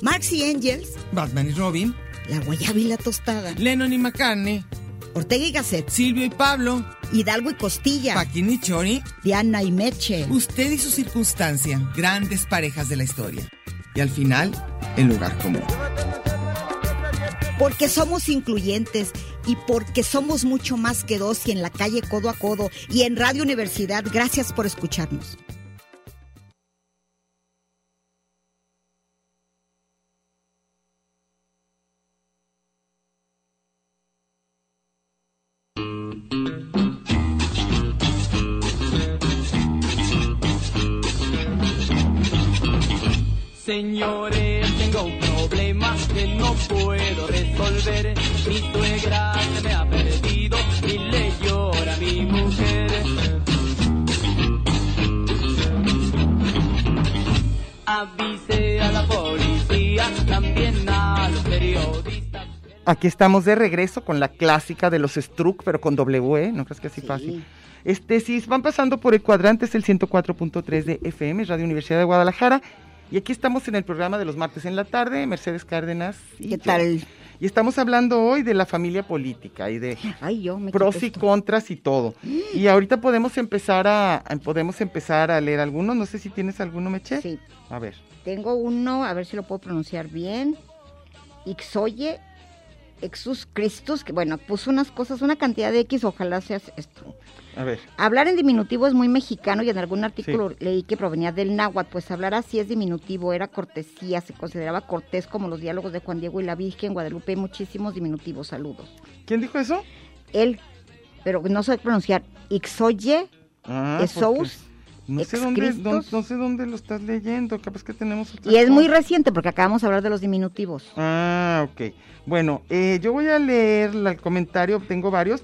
Marx y Engels, Batman y Robin, la guayaba y la tostada, Lennon y McCartney, Ortega y Gasset, Silvio y Pablo, Hidalgo y Costilla, Paquín y Chori, Diana y Meche. usted y su circunstancia, grandes parejas de la historia. Y al final, el lugar común. Porque somos incluyentes y porque somos mucho más que dos y en la calle codo a codo y en Radio Universidad. Gracias por escucharnos. Señores, tengo problemas que no puedo resolver. Mi suegra se me ha perdido y le llora a mi mujer. Avise a la policía, también a los periodistas. Aquí estamos de regreso con la clásica de los Struck, pero con W, ¿eh? ¿no crees que así Sí. fácil? Este, si van pasando por el cuadrante, es el 104.3 de FM, Radio Universidad de Guadalajara. Y aquí estamos en el programa de los martes en la tarde, Mercedes Cárdenas. Y ¿Qué yo. tal? Y estamos hablando hoy de la familia política y de Ay, yo me pros quité y esto. contras y [GASPS] todo. Y ahorita podemos empezar a, a- podemos empezar a leer algunos. No sé si tienes alguno, Meche. Sí, A ver. tengo uno, a ver si lo puedo pronunciar bien. Ixoye, Exus Christus, que bueno, puso unas cosas, una cantidad de X, ojalá seas esto. A ver. Hablar en diminutivo es muy mexicano y en algún artículo leí que provenía del náhuatl, pues hablar así es diminutivo, era cortesía, se consideraba cortés como los diálogos de Juan Diego y la Virgen, Guadalupe, muchísimos diminutivos, saludos. ¿Quién dijo eso? Él, pero no sé pronunciar, Ixoye, Ah, Esous, porque No sé, dónde, Excristos. dónde- no sé dónde lo estás leyendo, capaz que tenemos otra y es muy cosa. reciente porque acabamos de hablar de los diminutivos. Ah, ok. Bueno, eh, yo voy a leer la- el comentario, tengo varios.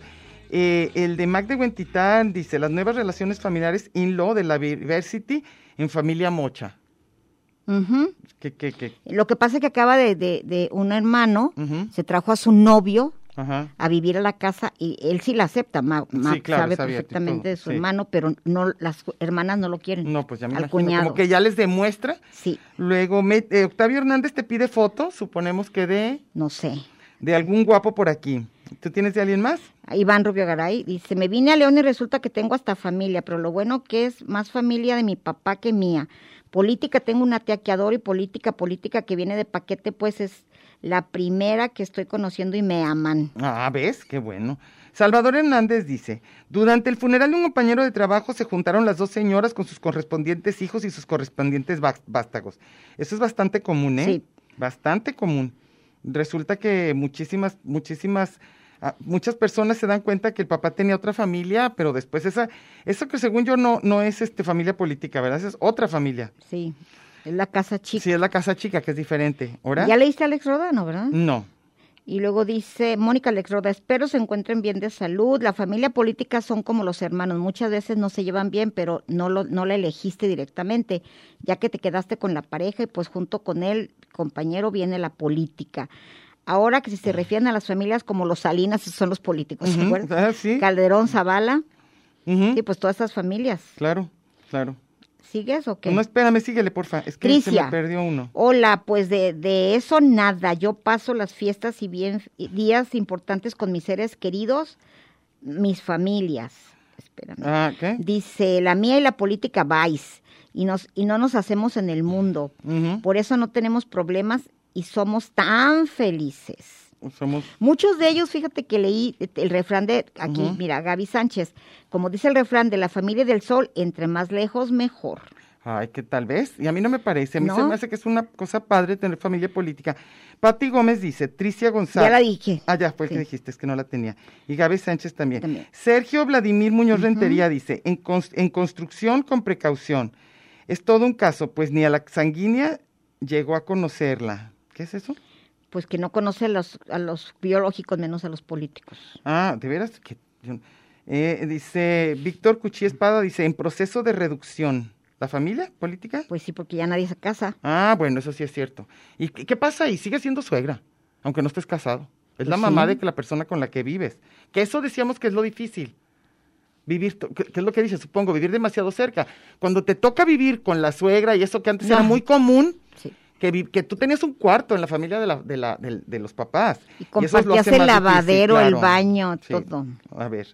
Eh, el de Mac de Huentitán dice, las nuevas relaciones familiares in-law de la diversity en familia mocha. Ujú. Que, que, que, Lo que pasa es que acaba de, de- de un hermano, ujú, se trajo a su novio Ajá. a vivir a la casa y él sí la acepta, Ma, Ma Sí, claro, sabe sabía, perfectamente todo, de su sí. hermano, pero no las hermanas no lo quieren. No, pues ya me al imagino, cuñado. como que ya les demuestra. Sí, Luego, me- eh, Octavio Hernández te pide foto, suponemos que de, no sé. de algún guapo por aquí. ¿Tú tienes de alguien más? Iván Rubio Garay dice, me vine a León y resulta que tengo hasta familia, pero lo bueno que es más familia de mi papá que mía. Política, tengo una tía que adoro y política, política que viene de paquete, pues es la primera que estoy conociendo y me aman. Ah, ¿ves? Qué bueno. Salvador Hernández dice, durante el funeral de un compañero de trabajo se juntaron las dos señoras con sus correspondientes hijos y sus correspondientes bas- vástagos. Eso es bastante común, ¿eh? Sí. Bastante común. Resulta que muchísimas, muchísimas, ah, muchas personas se dan cuenta que el papá tenía otra familia, pero después esa, eso que según yo no, no es este familia política, ¿verdad? Esa es otra familia. Sí, es la casa chica. Sí, es la casa chica, que es diferente. ¿Ahora? Ya leíste a Alex Rodano, ¿verdad? No. Y luego dice Mónica Alex Roda, espero se encuentren bien de salud. La familia política son como los hermanos, muchas veces no se llevan bien, pero no, lo, no la elegiste directamente, ya que te quedaste con la pareja y pues junto con él, compañero, viene la política. Ahora que si se refieren a las familias como los Salinas, esos son los políticos, ¿se Ujú, acuerdan? ah, sí. Calderón, Zavala, Ujú. sí, pues todas esas familias. Claro, claro. ¿Sigues o qué? No, espérame, síguele, porfa. Es que se Tricia. me perdió uno. Hola, pues de, de eso nada. Yo paso las fiestas y bien y días importantes con mis seres queridos, mis familias. Espérame. Ah, ¿qué? Dice, la mía y la política vais y, nos, y no nos hacemos en el mundo. Ujú. Por eso no tenemos problemas y somos tan felices. Somos. Muchos de ellos, fíjate que leí el refrán de aquí, mira, Gaby Sánchez, como dice el refrán de la familia del sol, entre más lejos mejor. Ay, que tal vez. Y a mí no me parece. A mí se No. me hace que es una cosa padre tener familia política. Pati Gómez dice, Tricia González. Ya la dije. Ah, ya, fue el Sí. que dijiste, es que no la tenía. Y Gaby Sánchez también. También. Sergio Vladimir Muñoz Rentería dice, en, cons- en construcción con precaución. Es todo un caso, pues ni a la sanguínea llegó a conocerla. ¿Qué es eso? Pues que no conoce a los, a los biológicos, menos a los políticos. Ah, de veras que... yo- Eh, dice Víctor Cuchí Espada, dice, en proceso de reducción. ¿La familia política? Pues sí, porque ya nadie se casa. Ah, bueno, eso sí es cierto. ¿Y qué, qué pasa ahí? Sigue siendo suegra, aunque no estés casado. Es la Pues mamá sí. de que la persona con la que vives. Que eso decíamos que es lo difícil. Vivir, to- que, que es lo que dice, supongo, vivir demasiado cerca. Cuando te toca vivir con la suegra y eso que antes era No. muy común, Sí. que, vi- que tú tenías un cuarto en la familia de, la- de, la- del- de los papás. Y eso lo compartías hace el más lavadero, el baño, Sí. todo. A ver.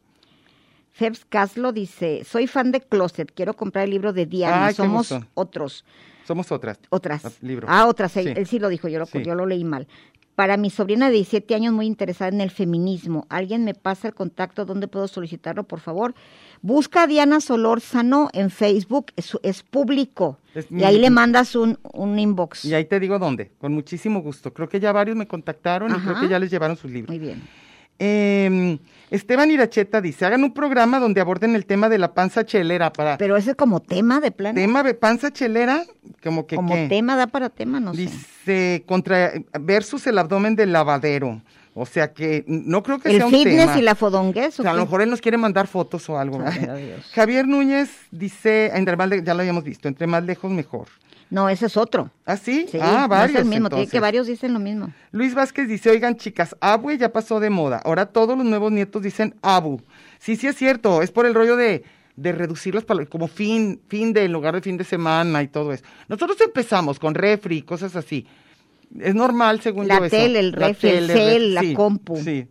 Febs Caslo dice, soy fan de Closet, quiero comprar el libro de Diana, Ay, qué somos emoción. otros, Somos otras. otras. Ah, libro. Ah, otras, él él Sí. sí, lo dijo, yo lo, Sí. yo lo leí mal. Para mi sobrina de 17 años muy interesada en el feminismo, ¿alguien me pasa el contacto? ¿Dónde puedo solicitarlo, por favor? Busca a Diana Solórzano en Facebook, es, es público, Es y mi- ahí le mandas un, un inbox. Y ahí te digo dónde, con muchísimo gusto. Creo que ya varios me contactaron y creo Ajá. que ya les llevaron sus libros. Muy bien. Eh, Esteban Iracheta dice, hagan un programa donde aborden el tema de la panza chelera para Pero ese como tema de plano, tema de panza chelera, como que como qué? tema da para tema, no sé. dice contra versus el abdomen del lavadero. O sea que no creo que El sea un fitness tema. y la fodonguez. O ¿o sea, a lo qué? mejor él nos quiere mandar fotos o algo. [LAUGHS] Ay, ¿verdad? adiós. Javier Núñez dice, entre más le- ya lo habíamos visto, entre más lejos mejor. No, ese es otro. ¿Ah, sí? Sí, ah, no varios. es el mismo, tiene que entonces. varios dicen lo mismo. Luis Vázquez dice, oigan chicas, Abue ya pasó de moda. Ahora todos los nuevos nietos dicen Abu. Sí, sí es cierto, es por el rollo de, de reducir las palabras, como fin, fin de, en lugar de fin de semana y todo eso. Nosotros empezamos con refri, cosas así. Es normal, según La yo, eso. tele, el refri, el el cel, refri, la sí, compu. Sí,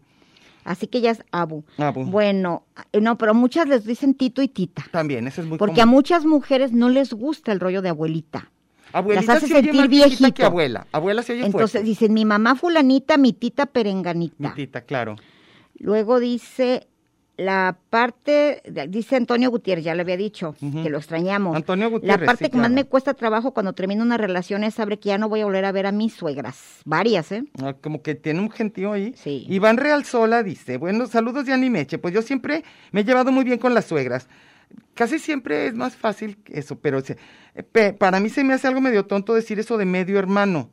Así que ya es Abu. Abu. Bueno, eh, no, pero muchas les dicen Tito y Tita. también, eso es muy Porque a común. muchas mujeres no les gusta el rollo de abuelita. Abuelita las hace se oye sentir más viejita viejito. que abuela. Abuela se oye Entonces fuerte. dicen mi mamá fulanita, mi tita perenganita. Mi tita, claro. Luego dice la parte, dice Antonio Gutiérrez, ya le había dicho, Ujú. que lo extrañamos. Antonio Gutiérrez, La parte sí, que más claro. me cuesta trabajo cuando termino una relación es saber que ya no voy a volver a ver a mis suegras. Varias, ¿eh? Ah, Como que tiene un gentío ahí. Sí. Iván Realzola dice, bueno, saludos de Animeche. Pues yo siempre me he llevado muy bien con las suegras. Casi siempre es más fácil que eso, pero se- eh, pe- para mí se me hace algo medio tonto decir eso de medio hermano.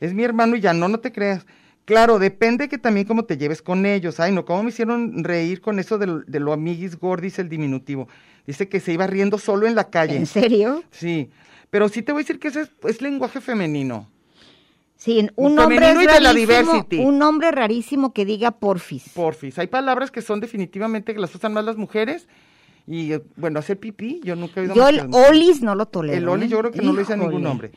Es mi hermano y ya no, no te creas. Claro, depende que también cómo te lleves con ellos. Ay, no, cómo me hicieron reír con eso de lo, de lo amiguis gordis, el diminutivo. Dice que se iba riendo solo en la calle. ¿En serio? Sí, pero sí te voy a decir que ese es- es lenguaje femenino. Sí, en- un Femenino hombre y es de la rarísimo, diversity. un hombre rarísimo que diga porfis. porfis. Hay palabras que son definitivamente que las usan más las mujeres. Y eh, bueno, hacer pipí, yo nunca he oído yo más el que las mujeres. olis no lo tolero. El Oli ¿eh? yo creo que no lo dice Híjole. ningún hombre.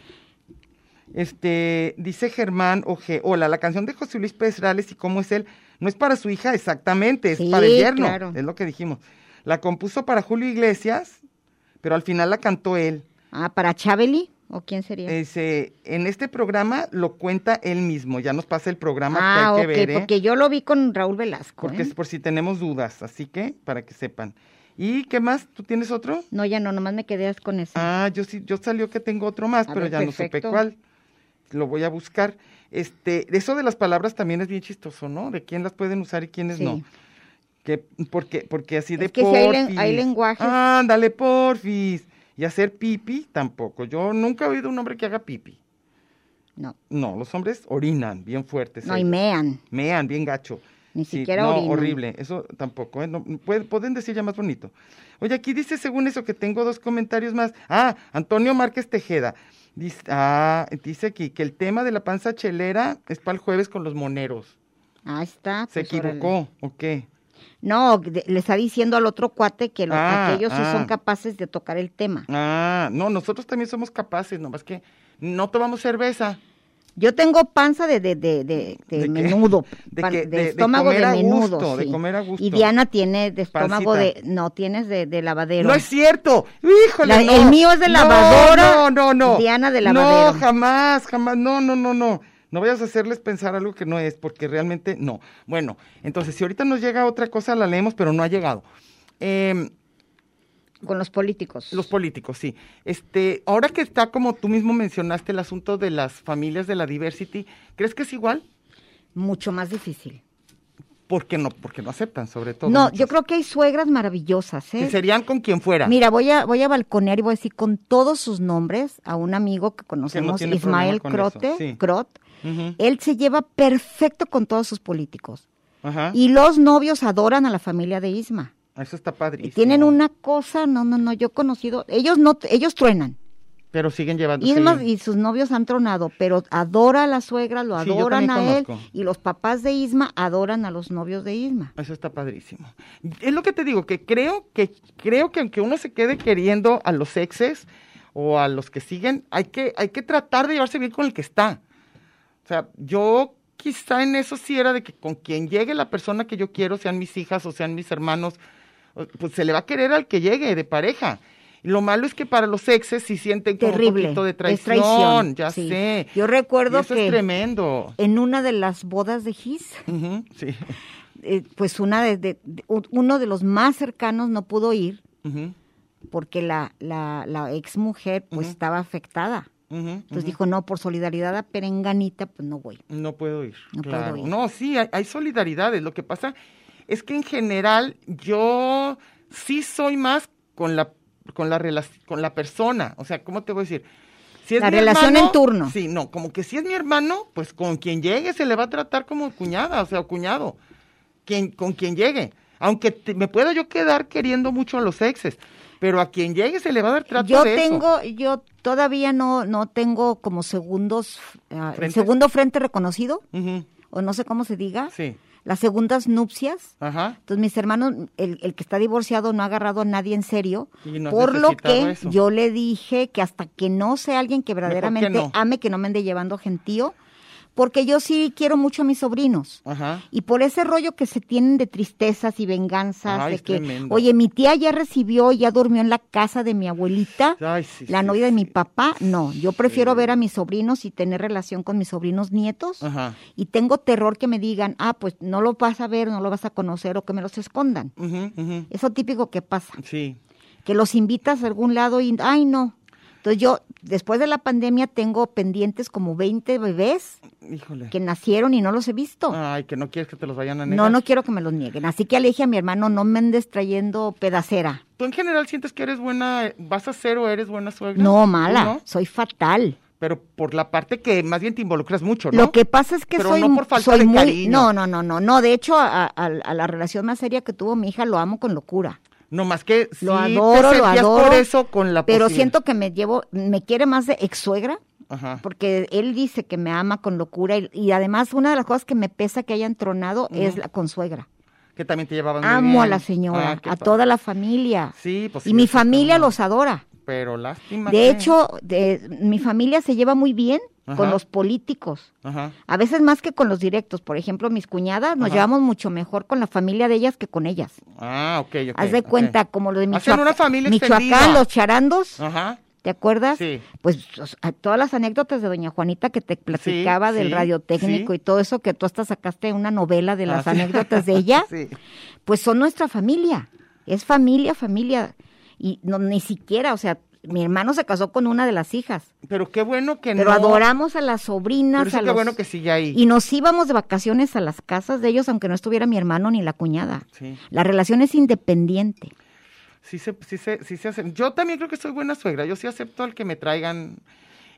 Este, dice Germán Oje, hola, la canción de José Luis Pesrales y cómo es él, no es para su hija exactamente, es Sí, para el yerno, claro. es lo que dijimos. La compuso para Julio Iglesias, pero al final la cantó él. Ah, para Chabeli o quién sería? Eh, Ese, en este programa lo cuenta él mismo, ya nos pasa el programa ah, que ok, hay que ver. ¿eh? porque yo lo vi con Raúl Velasco. Porque ¿eh? es por si tenemos dudas, así que para que sepan. ¿Y qué más? ¿Tú tienes otro? No, ya no, nomás me quedé con eso. Ah, yo sí, yo salió que tengo otro más, A pero ver, ya no supe perfecto. cuál. Lo voy a buscar. Este, eso de las palabras también es bien chistoso, ¿no? De quién las pueden usar y quiénes Sí. no. pues Que, porque, porque así de Es que sí hay len- porfis. hay lenguajes. Ándale, porfis. Y hacer pipi tampoco. Yo nunca he oído un hombre que haga pipi. no, No, los hombres orinan bien fuertes. no, y ellos. mean. Mean, bien gacho. Ni siquiera no, orinan. horrible. Eso tampoco. ¿eh? No, puede- pueden decir ya más bonito. Oye, aquí dice, según eso, que tengo dos comentarios más. Ah, Antonio Márquez Tejeda. Dice, ah, dice aquí que el tema de la panza chelera es para el jueves con los moneros. Ahí está. ¿Se pues, órale. equivocó o qué? No, de- le está diciendo al otro cuate que los- Ah, aquellos sí ah. son capaces de tocar el tema. Ah, no, nosotros también somos capaces, nomás que no tomamos cerveza. Yo tengo panza de, de, de, de, de ¿De qué? menudo, [LAUGHS] De pan- que- de, de- de estómago de, comer a menudo. gusto, de sí. comer a gusto. Y Diana tiene de estómago Pancita. de. No, tienes de, de lavadero. No es cierto. Híjole, La- no. el mío es de No, lavadora, No, no, no. Diana de No, lavadero. jamás, jamás. No, no, no, no. No vayas a hacerles pensar algo que no es, porque realmente no. Bueno, entonces, si ahorita nos llega otra cosa, la leemos, pero no ha llegado. Eh, con los políticos. Em, Los políticos, sí. Este, ahora que está como tú mismo mencionaste el asunto de las familias de la diversity, ¿crees que es igual? Mucho más difícil. Porque no, porque no aceptan, sobre todo. no, muchas. yo creo que hay suegras maravillosas, ¿eh? Que serían con quien fuera. Mira, voy a, voy a balconear y voy a decir con todos sus nombres a un amigo que conocemos, tiene problema Ismael con Crote, eso, sí. Crot. Ujú, Él se lleva perfecto con todos sus políticos. Ajá. Y los novios adoran a la familia de Isma. Eso está padrísimo. Y tienen una cosa, no, no, no, yo he conocido, ellos no, ellos truenan. Pero siguen llevando. Isma sí. y sus novios han tronado, pero adora a la suegra, lo Sí, yo adoran también a él. conozco. Y los papás de Isma adoran a los novios de Isma. Eso está padrísimo. Es lo que te digo, que creo que creo que aunque uno se quede queriendo a los exes o a los que siguen, hay que, hay que tratar de llevarse bien con el que está. O sea, yo quizá en eso sí era de que con quien llegue la persona que yo quiero, sean mis hijas o sean mis hermanos, o- pues se le va a querer al que llegue de pareja. Lo malo es que para los exes sí sienten como Terrible. un poquito de es traición, traición, ya sí. sé. Yo recuerdo Y eso que- es tremendo. En una de las bodas de Gis, Ujú, sí. eh, pues una de, de- de- un- uno de los más cercanos no pudo ir Ujú, porque la, la, la ex mujer pues Ujú. estaba afectada. ujú, Entonces ujú. dijo, no, por solidaridad a Perenganita, pues no voy. No puedo ir. No puedo claro. ir. No, sí, hay, hay solidaridades. Lo que pasa es que en general yo sí soy más con la con la relac- con la persona. O sea, ¿cómo te voy a decir? Si La relación en turno. Sí, no, como que si es mi hermano, pues con quien llegue se le va a tratar como cuñada, o sea, o cuñado. Quien, con quien llegue. Aunque te- me pueda yo quedar queriendo mucho a los exes, pero a quien llegue se le va a dar trato Yo de eso. tengo, yo todavía no, no tengo como segundos, ah, el ¿Frente? segundo frente reconocido, Ujú, o no sé cómo se diga, Sí. las segundas nupcias. Ajá. Entonces mis hermanos, el, el que está divorciado no ha agarrado a nadie en serio, Y no has por lo necesitado que eso. yo le dije que hasta que no sea alguien que verdaderamente no. ame, que no me ande llevando gentío, porque yo sí quiero mucho a mis sobrinos. Ajá. Y por ese rollo que se tienen de tristezas y venganzas, Ay, de es que, tremendo. oye, mi tía ya recibió, ya durmió en la casa de mi abuelita, Ay, sí, la sí, novia de sí. mi papá, no, yo prefiero ver a mis sobrinos y tener relación con mis sobrinos nietos. Ajá. Y tengo terror que me digan, ah, pues no lo vas a ver, no lo vas a conocer o que me los escondan. Ujú, ujú. Eso típico que pasa, Sí. que los invitas a algún lado y, ay, no. Entonces yo, después de la pandemia, tengo pendientes como 20 bebés Híjole. que nacieron y no los he visto. Ay, que no quieres que te los vayan a negar. No, no quiero que me los nieguen. Así que le dije a mi hermano, no me andes trayendo pedacera. ¿Tú en general sientes que eres buena, vas a ser o eres buena suegra? No, ¿Tú mala, no? soy fatal. Pero por la parte que más bien te involucras mucho, ¿no? Lo que pasa es que Pero soy, no por falta soy de muy... cariño. No, no, no, no, no. De hecho, a, a- a la relación más seria que tuvo mi hija lo amo con locura. No más que sí Lo adoro, te lo sentías adoro. por eso con la Pero posible- siento que me llevo, me quiere más de ex suegra, Ajá. porque él dice que me ama con locura. Y, y además, una de las cosas que me pesa que hayan tronado es la consuegra. Que también te llevaban muy Amo bien. a la señora, Ah, qué a padre. toda la familia. Sí, pues y sí, mi eso está familia mal. los adora. Pero lástima. que- De hecho, de- mi familia se lleva muy bien con Ajá. los políticos. Ajá. A veces más que con los directos. Por ejemplo, mis cuñadas nos Ajá. llevamos mucho mejor con la familia de ellas que con ellas. Ah, ok, ok. Haz de ok. cuenta, como los de Hacen Michoaca- una familia Michoacán, extendida. los charandos, Ajá. ¿te acuerdas? Sí. Pues o sea, todas las anécdotas de doña Juanita que te platicaba del sí, radiotécnico sí. y todo eso, que tú hasta sacaste una novela de las Ah, sí. [LAUGHS] anécdotas de ella, Sí. pues son nuestra familia. Es familia, familia. Y no, ni siquiera, o sea, mi hermano se casó con una de las hijas. Pero qué bueno que Pero no. adoramos a las sobrinas. Pero eso a qué los- bueno que sigue ahí. Y nos íbamos de vacaciones a las casas de ellos, aunque no estuviera mi hermano ni la cuñada. Sí. La relación es independiente. sí se, sí se, sí se hacen. Yo también creo que soy buena suegra, yo sí acepto al que me traigan.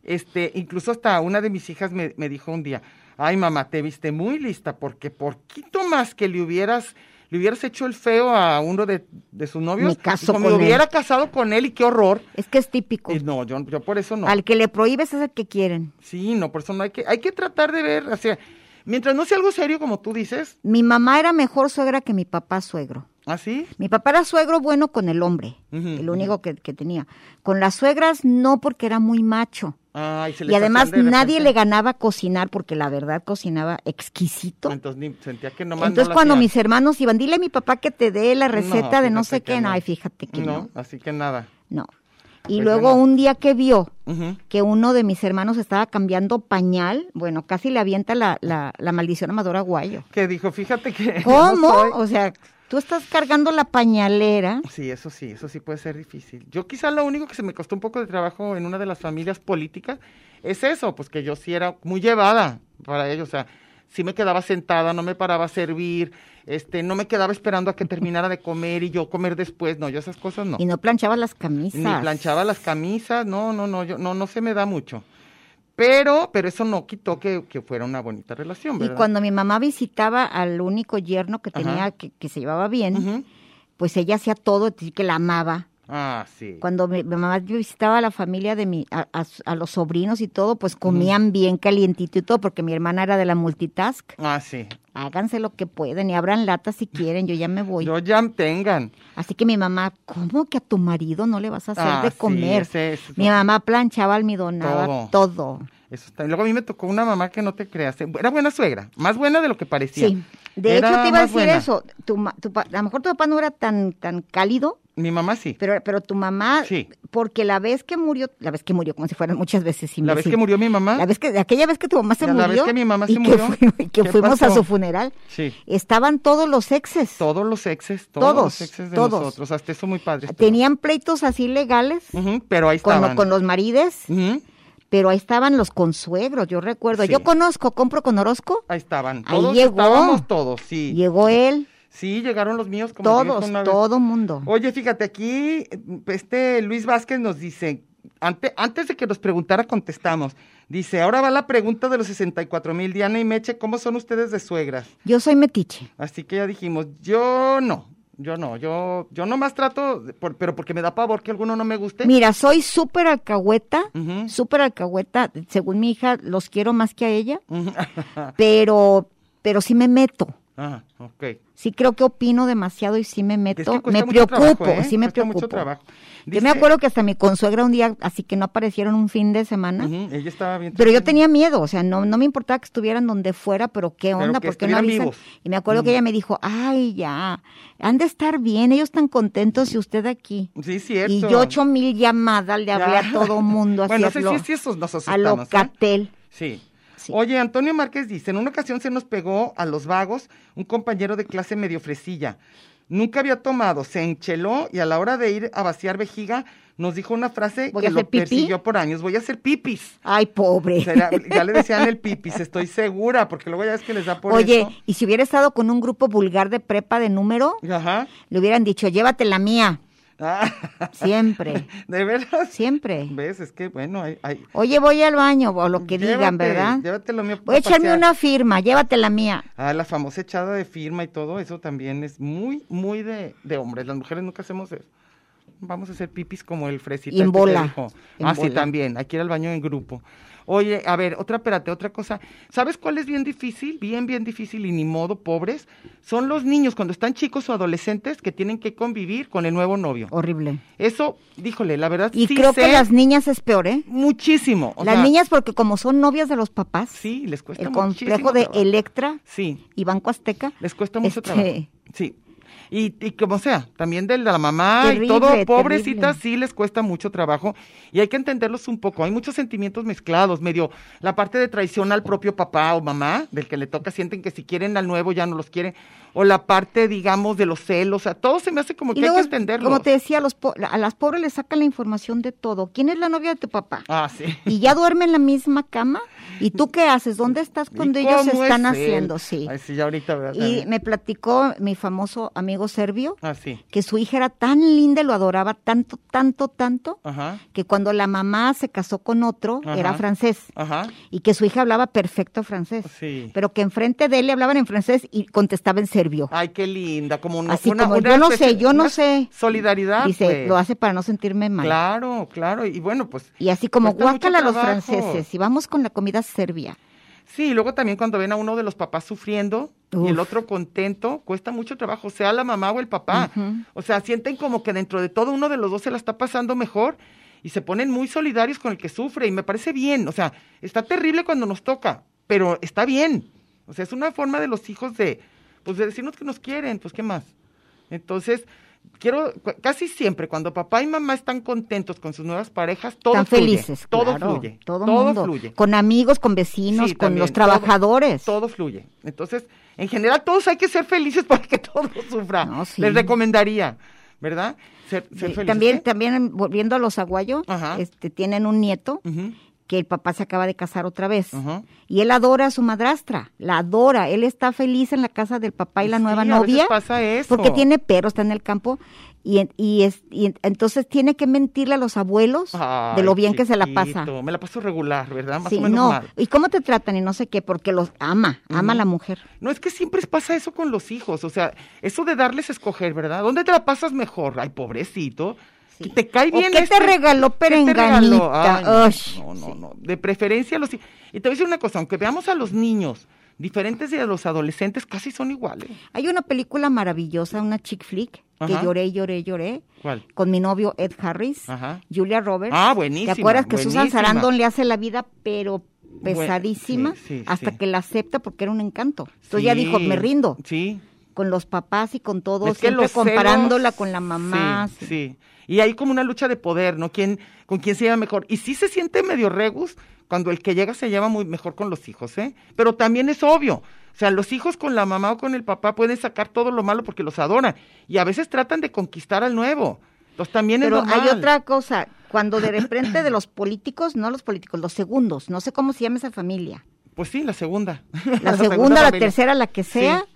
Este, incluso hasta una de mis hijas me, me dijo un día, ay mamá, te viste muy lista, porque poquito más que le hubieras, le hubieras hecho el feo a uno de, de sus novios, Me dijo, caso con me él". hubiera casado con él y qué horror. Es que es típico. Y no, yo, yo por eso no. Al que le prohíbes es el que quieren. Sí, no, por eso no hay que, hay que tratar de ver, o sea, mientras no sea algo serio como tú dices, Mi mamá era mejor suegra que mi papá suegro. así, Mi papá era suegro bueno con el hombre, Ujú, el único que, que tenía. Con las suegras no porque era muy macho. ay, se Y les además hacían de nadie le repente. ganaba a cocinar porque la verdad cocinaba exquisito. Entonces ni- sentía que nomás no Entonces la cuando hacían. mis hermanos iban, dile a mi papá que te dé la receta de no fíjate sé que qué, no, no. ay, fíjate que no, así que nada. no. Y Pues, luego bueno. un día que vio Ujú. que uno de mis hermanos estaba cambiando pañal, bueno, casi le avienta la, la, la maldición a Madora Guayo. Que dijo, fíjate que... [LAUGHS] yo no ¿Cómo? soy". O sea, tú estás cargando la pañalera. Sí, eso sí, eso sí puede ser difícil. Yo quizá lo único que se me costó un poco de trabajo en una de las familias políticas es eso, pues que yo sí era muy llevada para ellos, o sea, sí me quedaba sentada, no me paraba a servir, este, no me quedaba esperando a que terminara de comer y yo comer después, no, yo esas cosas no. Y no planchaba las camisas. Ni planchaba las camisas, no, no, no, yo, no, no se me da mucho. Pero, pero eso no quitó que, que fuera una bonita relación, Y ¿verdad? cuando mi mamá visitaba al único yerno que tenía, Ajá. que, que se llevaba bien, Ujú. pues ella hacía todo, así que la amaba. Ah, sí. Cuando mi, mi mamá visitaba a la familia de mi, a, a su- a los sobrinos y todo, pues comían bien calientito y todo, porque mi hermana era de la multitask. Ah, sí. Háganse lo que pueden y abran latas si quieren, yo ya me voy. Yo ya tengan. Así que mi mamá, ¿cómo que a tu marido no le vas a hacer Ah, de sí, comer? ese es- mi mamá planchaba, Todo. almidonaba, todo. Eso está. Y luego a mí me tocó una mamá que no te creas. eh, Era buena suegra, más buena de lo que parecía. Sí. De Era hecho, te iba más a decir buena. eso. Tu, ma- tu pa- a lo mejor tu papá no era tan, tan cálido, Mi mamá sí. pero, pero tu mamá, Sí. porque la vez que murió, la vez que murió, como si fueran muchas veces. la vez imbécil. que murió mi mamá. La vez que, aquella vez que tu mamá se ¿Ah? La vez murió. que mi mamá y se que murió. fui- y que ¿Qué fuimos a pasó? su funeral. Sí. Estaban todos los exes. Todos los exes, todos, Todos, los exes de todos. nosotros. Hasta eso muy padre. estuvo. Tenían pleitos así legales Ujú, pero ahí con, lo- Mm, estaban. con los marides, Ujú, pero ahí estaban los consuegros, yo recuerdo. Sí. Yo conozco, compro con Orozco. Ahí estaban. Ahí Todos llegó. estábamos todos, sí. Llegó él, Sí, llegaron los míos como te todos, dije una vez. todo mundo. Oye, fíjate, aquí eh, este Luis Vázquez nos dice, ante- antes de que nos preguntara, contestamos. Dice, ahora va la pregunta de los 64 mil. Diana y Meche, ¿cómo son ustedes de suegras? Yo soy metiche. Así que ya dijimos, yo no, yo no, yo, yo nomás trato, de- por- pero porque me da pavor que alguno no me guste. [LAUGHS] Mira, soy súper alcahueta, Ujú. súper alcahueta. Según mi hija, los quiero más que a ella, pero, pero sí me meto. ah, ok. Sí creo que opino demasiado y sí me meto. Es que cuesta me mucho preocupo, trabajo, ¿eh? sí me Cuesta preocupo. mucho trabajo. yo Dice- me acuerdo que hasta mi consuegra un día, así que no aparecieron un fin de semana. Ujú, Ella estaba bien. Pero yo tranquila. tenía miedo, o sea, no, no me importaba que estuvieran donde fuera, pero qué onda, que porque no estuvieran avisan? vivos. Y me acuerdo que ella me dijo, ay, ya, han de estar bien, ellos están contentos y usted aquí. Sí, cierto. Y yo ocho mil llamadas le hablé Ya. a todo mundo, así Bueno, a sí, lo- sí, sí, esos nos a asustamos. ¿eh? Locatel. Sí. Sí. Oye, Antonio Márquez dice, en una ocasión se nos pegó a los vagos un compañero de clase medio fresilla. Nunca había tomado, se encheló y a la hora de ir a vaciar vejiga nos dijo una frase ¿Voy a que hacer lo pipí? persiguió por años. Voy a hacer pipis. Ay, pobre. Será- ya le decían el pipis, estoy segura, porque luego ya es que les da por [LAUGHS] Oye, eso. y si hubiera estado con un grupo vulgar de prepa de número, Ajá. le hubieran dicho, llévate la mía, Ah, [LAUGHS] siempre, de veras. siempre. ¿Ves? Es que, bueno, hay... hay- Oye, voy al baño, o lo que Llévate, digan, ¿verdad? llévate lo mío Voy para a echarme pasear. una firma, llévate la mía. Ah, la famosa echada de firma y todo, eso también es muy, muy de, de hombres. Las mujeres nunca hacemos eso. Vamos a hacer pipis como el fresita. Y en este que bola, dijo. en Ah, sí, bola. también. Hay que ir al baño en grupo. Oye, a ver, otra, espérate, otra cosa. ¿Sabes cuál es bien difícil? Bien, bien difícil y ni modo, pobres. Son los niños cuando están chicos o adolescentes que tienen que convivir con el nuevo novio. Horrible. Eso, díjole, la verdad, Y sí creo que sé las niñas es peor, ¿eh? muchísimo. O las sea, niñas porque como son novias de los papás, Sí, les cuesta el muchísimo complejo de trabajo. Electra Sí, y Banco Azteca. Les cuesta mucho este, trabajo. Sí. Y, y como sea, también del de la mamá Terrible, y todo, pobrecitas sí terrible. les cuesta mucho trabajo y hay que entenderlos un poco. Hay muchos sentimientos mezclados, medio la parte de traición al propio papá o mamá, del que le toca, sienten que si quieren al nuevo ya no los quieren, o la parte, digamos, de los celos, o sea, todo se me hace como Y que hay luego, que entenderlos. como te decía, los po- a las pobres les sacan la información de todo. ¿Quién es la novia de tu papá? Ah, sí. y ya duerme en la misma cama. ¿Y tú qué haces? ¿Dónde estás [LAUGHS] ¿Y [LAUGHS] cuando ellos cómo están es él? haciendo? Sí. Ay, sí, ya ahorita, ¿verdad? Y También. me platicó mi famoso amigo serbio Ah, sí. que su hija era tan linda, y lo adoraba tanto, tanto, tanto, Ajá, que cuando la mamá se casó con otro, Ajá. era francés. ajá. Y que su hija hablaba perfecto francés. Ah, Sí. Pero que enfrente de él le hablaban en francés y contestaba en serbio. Ay, qué linda, como una, Así una- como una yo no sé, especie- yo no una sé. Solidaridad. Dice, pues. lo hace para no sentirme mal. Claro, claro. Y bueno, pues Y así como Cuesta mucho guácala a los trabajo. franceses y vamos con la comida serbia. sí, y luego también cuando ven a uno de los papás sufriendo Uf. y el otro contento, cuesta mucho trabajo, sea la mamá o el papá. O sea, sienten como que dentro de todo uno de los dos se la está pasando mejor y se ponen muy solidarios con el que sufre y me parece bien. O sea, está terrible cuando nos toca, pero está bien. O sea, es una forma de los hijos de, pues de decirnos que nos quieren, pues qué más. Entonces, quiero, cu- casi siempre, cuando papá y mamá están contentos con sus nuevas parejas, todo Están fluye, felices. todo claro, fluye, Todo, todo, mundo. fluye. Con amigos, con vecinos, Sí, con también, los todo- trabajadores. Todo, fluye. Entonces, en general, todos hay que ser felices [LAUGHS] para que todo sufra. No, sí. Les recomendaría, ¿verdad? Ser, ser Sí, felices. ¿eh? también, también volviendo a los aguayos, Ajá. este, tienen un nieto Ujú. que el papá se acaba de casar otra vez. Ajá. Y él adora a su madrastra, la adora. Él está feliz en la casa del papá y la Sí, nueva a veces novia. pasa eso. Porque tiene perros, está en el campo. Y, en- y, es, y en- entonces tiene que mentirle a los abuelos de lo Ay, bien que se la pasa. chiquito, Me la paso regular, ¿verdad? Más Sí, o menos no. mal. ¿Y cómo te tratan? Y no sé qué, porque los ama, ama a la mujer. No, es que siempre pasa eso con los hijos, o sea, eso de darles a escoger, ¿verdad? ¿Dónde te la pasas mejor? Ay, pobrecito. Sí. que ¿Te cae ¿O bien qué te este? regaló ¿Qué te regaló? perenganita? Ay, no, Ush, no, no, sí. no. De preferencia los... hi- Y te voy a decir una cosa, aunque veamos a los niños diferentes de los adolescentes, casi son iguales. Hay una película maravillosa, una chick flick, que Ajá. lloré, lloré, lloré. ¿Cuál? Con mi novio Ed Harris, Ajá. Julia Roberts. Ah, buenísima, ¿Te acuerdas que Susan buenísima. Sarandon le hace la vida, pero pesadísima, sí, sí, hasta sí. que la acepta porque era un encanto? Entonces pues ya Sí, dijo, me rindo. Sí. Con los papás y con todo, Es que siempre los celos- comparándola con la mamá. Sí, sí. Y hay como una lucha de poder, ¿no? ¿Quién, con quién se lleva mejor. Y sí se siente medio regus cuando el que llega se lleva muy mejor con los hijos, ¿eh? Pero también es obvio. O sea, los hijos con la mamá o con el papá pueden sacar todo lo malo porque los adoran. Y a veces tratan de conquistar al nuevo. Entonces también es Pero normal. hay otra cosa, cuando de repente de los políticos, no los políticos, los segundos, no sé cómo se llama [LAUGHS] esa familia, Pues sí, la segunda. [LAUGHS] la segunda, la familia. tercera, la que sea, Sí.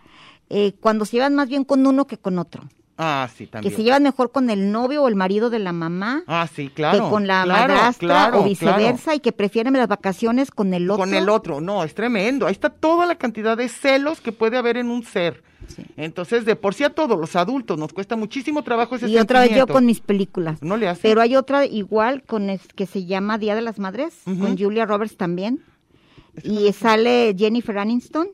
eh, cuando se llevan más bien con uno que con otro, Ah, sí, también. que se llevan mejor con el novio o el marido de la mamá Ah, sí, claro. que con la claro, madrastra claro, o viceversa claro. y que prefieren las vacaciones con el otro. con el otro. No, es tremendo. Ahí está toda la cantidad de celos que puede haber en un ser. Sí. Entonces, de por sí a todos los adultos nos cuesta muchísimo trabajo ese Y otra vez yo sentimiento. con mis películas. No le hace. Pero hay otra igual con es- que se llama Día de las Madres, Ujú. con Julia Roberts también. Y sale Jennifer Aniston,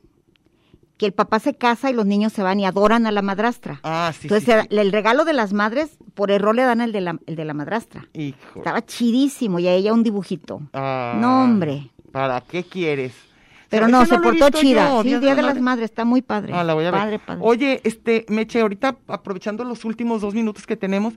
que el papá se casa y los niños se van y adoran a la madrastra. Ah, sí, Entonces sí, era- sí. el regalo de las madres, por error le dan el de la, el de la madrastra. Hijo. Estaba chidísimo y a ella un dibujito. Ah, No, hombre. ¿Para qué quieres? Pero Ese no, se lo he portó visto chida. yo, sí, Día, de las Madres, está muy padre. Ah, la voy a ver. Padre, padre. Oye, este, Meche, ahorita aprovechando los últimos dos minutos que tenemos,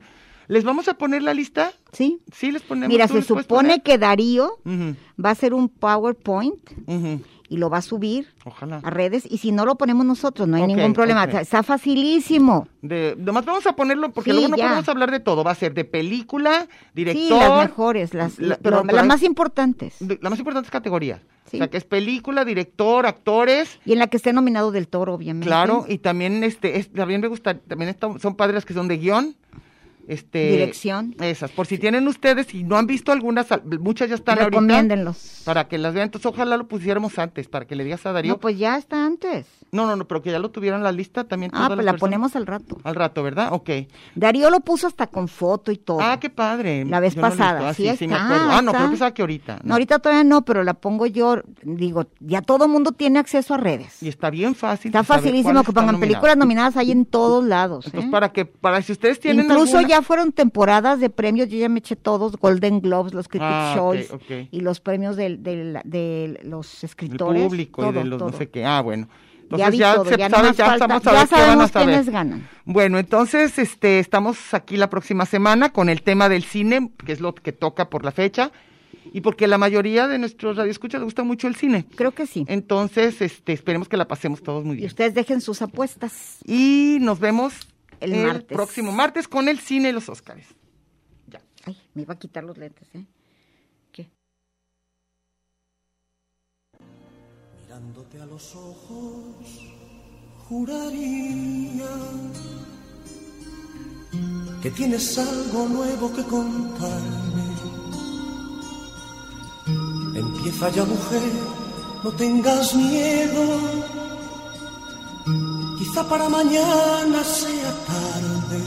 ¿les vamos a poner la lista? sí. Sí, les ponemos. Mira, ¿Tú se les puedes supone poner? que Darío Ujú, va a hacer un PowerPoint ujú. y lo va a subir Ojalá. a redes y si no lo ponemos nosotros no hay Ok, ningún problema ok. O sea, está facilísimo De, nomás vamos a ponerlo porque Sí, luego no ya. podemos hablar de todo. Va a ser de película, director. sí las mejores las la- la- pero- lo- pero las hay- más importantes de- La más importante es categoría. Sí. O sea, que es película, director, actores. y en la que esté nominado del toro obviamente Claro, y también este, es- también me gusta, también esta- son padres que son de guión. Este, Dirección. Esas. Por si tienen ustedes y no han visto algunas, al- muchas ya están ahorita. recomiéndenlos Para que las vean. Entonces, ojalá lo pusiéramos antes, para que le digas a Darío. no pues ya está antes no, no, no, pero que ya lo tuvieran en la lista también. todas ah pues las la personas. ponemos al rato Al rato, ¿verdad? Ok. Darío lo puso hasta con foto y todo Ah, qué padre. La vez Yo no lo he pasada, visto. Ah, sí sí, sí, me está, acuerdo. Ah, no, está. pero pensaba que ahorita. No, ahorita todavía no pero la pongo yo digo ya todo mundo tiene acceso a redes Y está bien fácil. está de saber facilísimo cuáles que están pongan nominadas. películas nominadas ahí en todos lados Entonces, ¿eh? para que, para si ustedes tienen Incluso alguna- ya fueron temporadas de premios, yo ya me eché todos, Golden Globes, los Critics Ah, ok, Choice ok. y los premios del- del- de, los del escritores. público y todo, de los no todo. sé qué. Ah, bueno. Ya vi Entonces ya, todo, se ya sabe, nomás ya falta- estamos ya a ver qué van a sabemos saber. quiénes ganan. Bueno, entonces este estamos aquí la próxima semana con el tema del cine, que es lo que toca por la fecha, y porque la mayoría de nuestros radioescuchas les gusta mucho el cine. Creo que sí. Entonces, este, esperemos que la pasemos todos muy Y bien. ustedes dejen sus apuestas. Y nos vemos El el, martes. próximo martes con el cine y los Óscares. Ay, me iba a quitar los lentes, ¿eh? ¿Qué? Mirándote a los ojos, juraría que tienes algo nuevo que contarme. Empieza ya, mujer, no tengas miedo. Quizá para mañana sea tarde.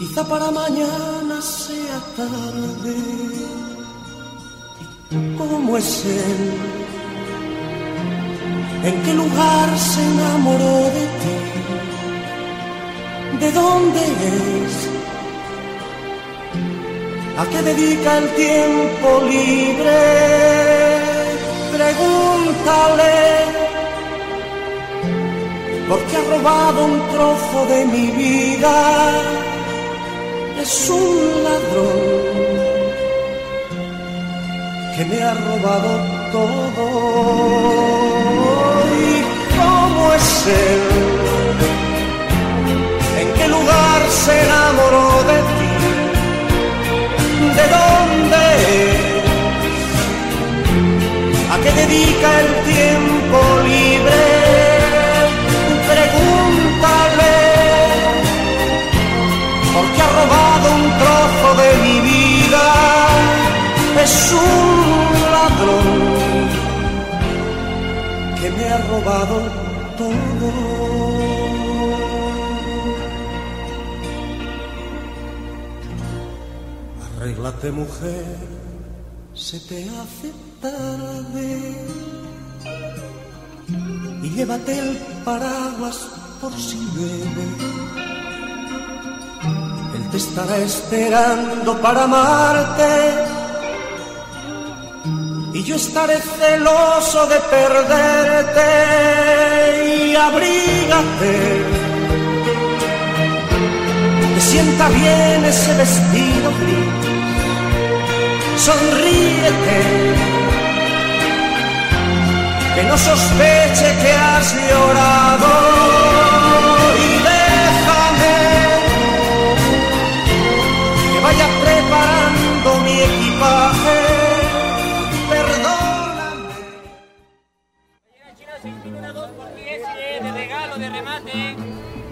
Quizá para mañana sea tarde cómo es él, en qué lugar se enamoró de ti, de dónde es, a qué dedica el tiempo libre, pregúntale, porque ha robado un trozo de mi vida. Es un ladrón que me ha robado todo. ¿Y cómo es él? ¿En qué lugar se enamoró de ti? ¿De dónde es? ¿A qué dedica el tiempo libre? Pregúntale, porque ha robado un trozo de mi vida. Es un ladrón que me ha robado todo. Arréglate, mujer, se te hace tarde y llévate el paraguas por si llueve. Él te estará esperando para amarte y yo estaré celoso de perderte y abrígate. Te sienta bien ese vestido gris sonríete, que no sospeche que has llorado y déjame que vaya preparando mi equipaje. Perdóname.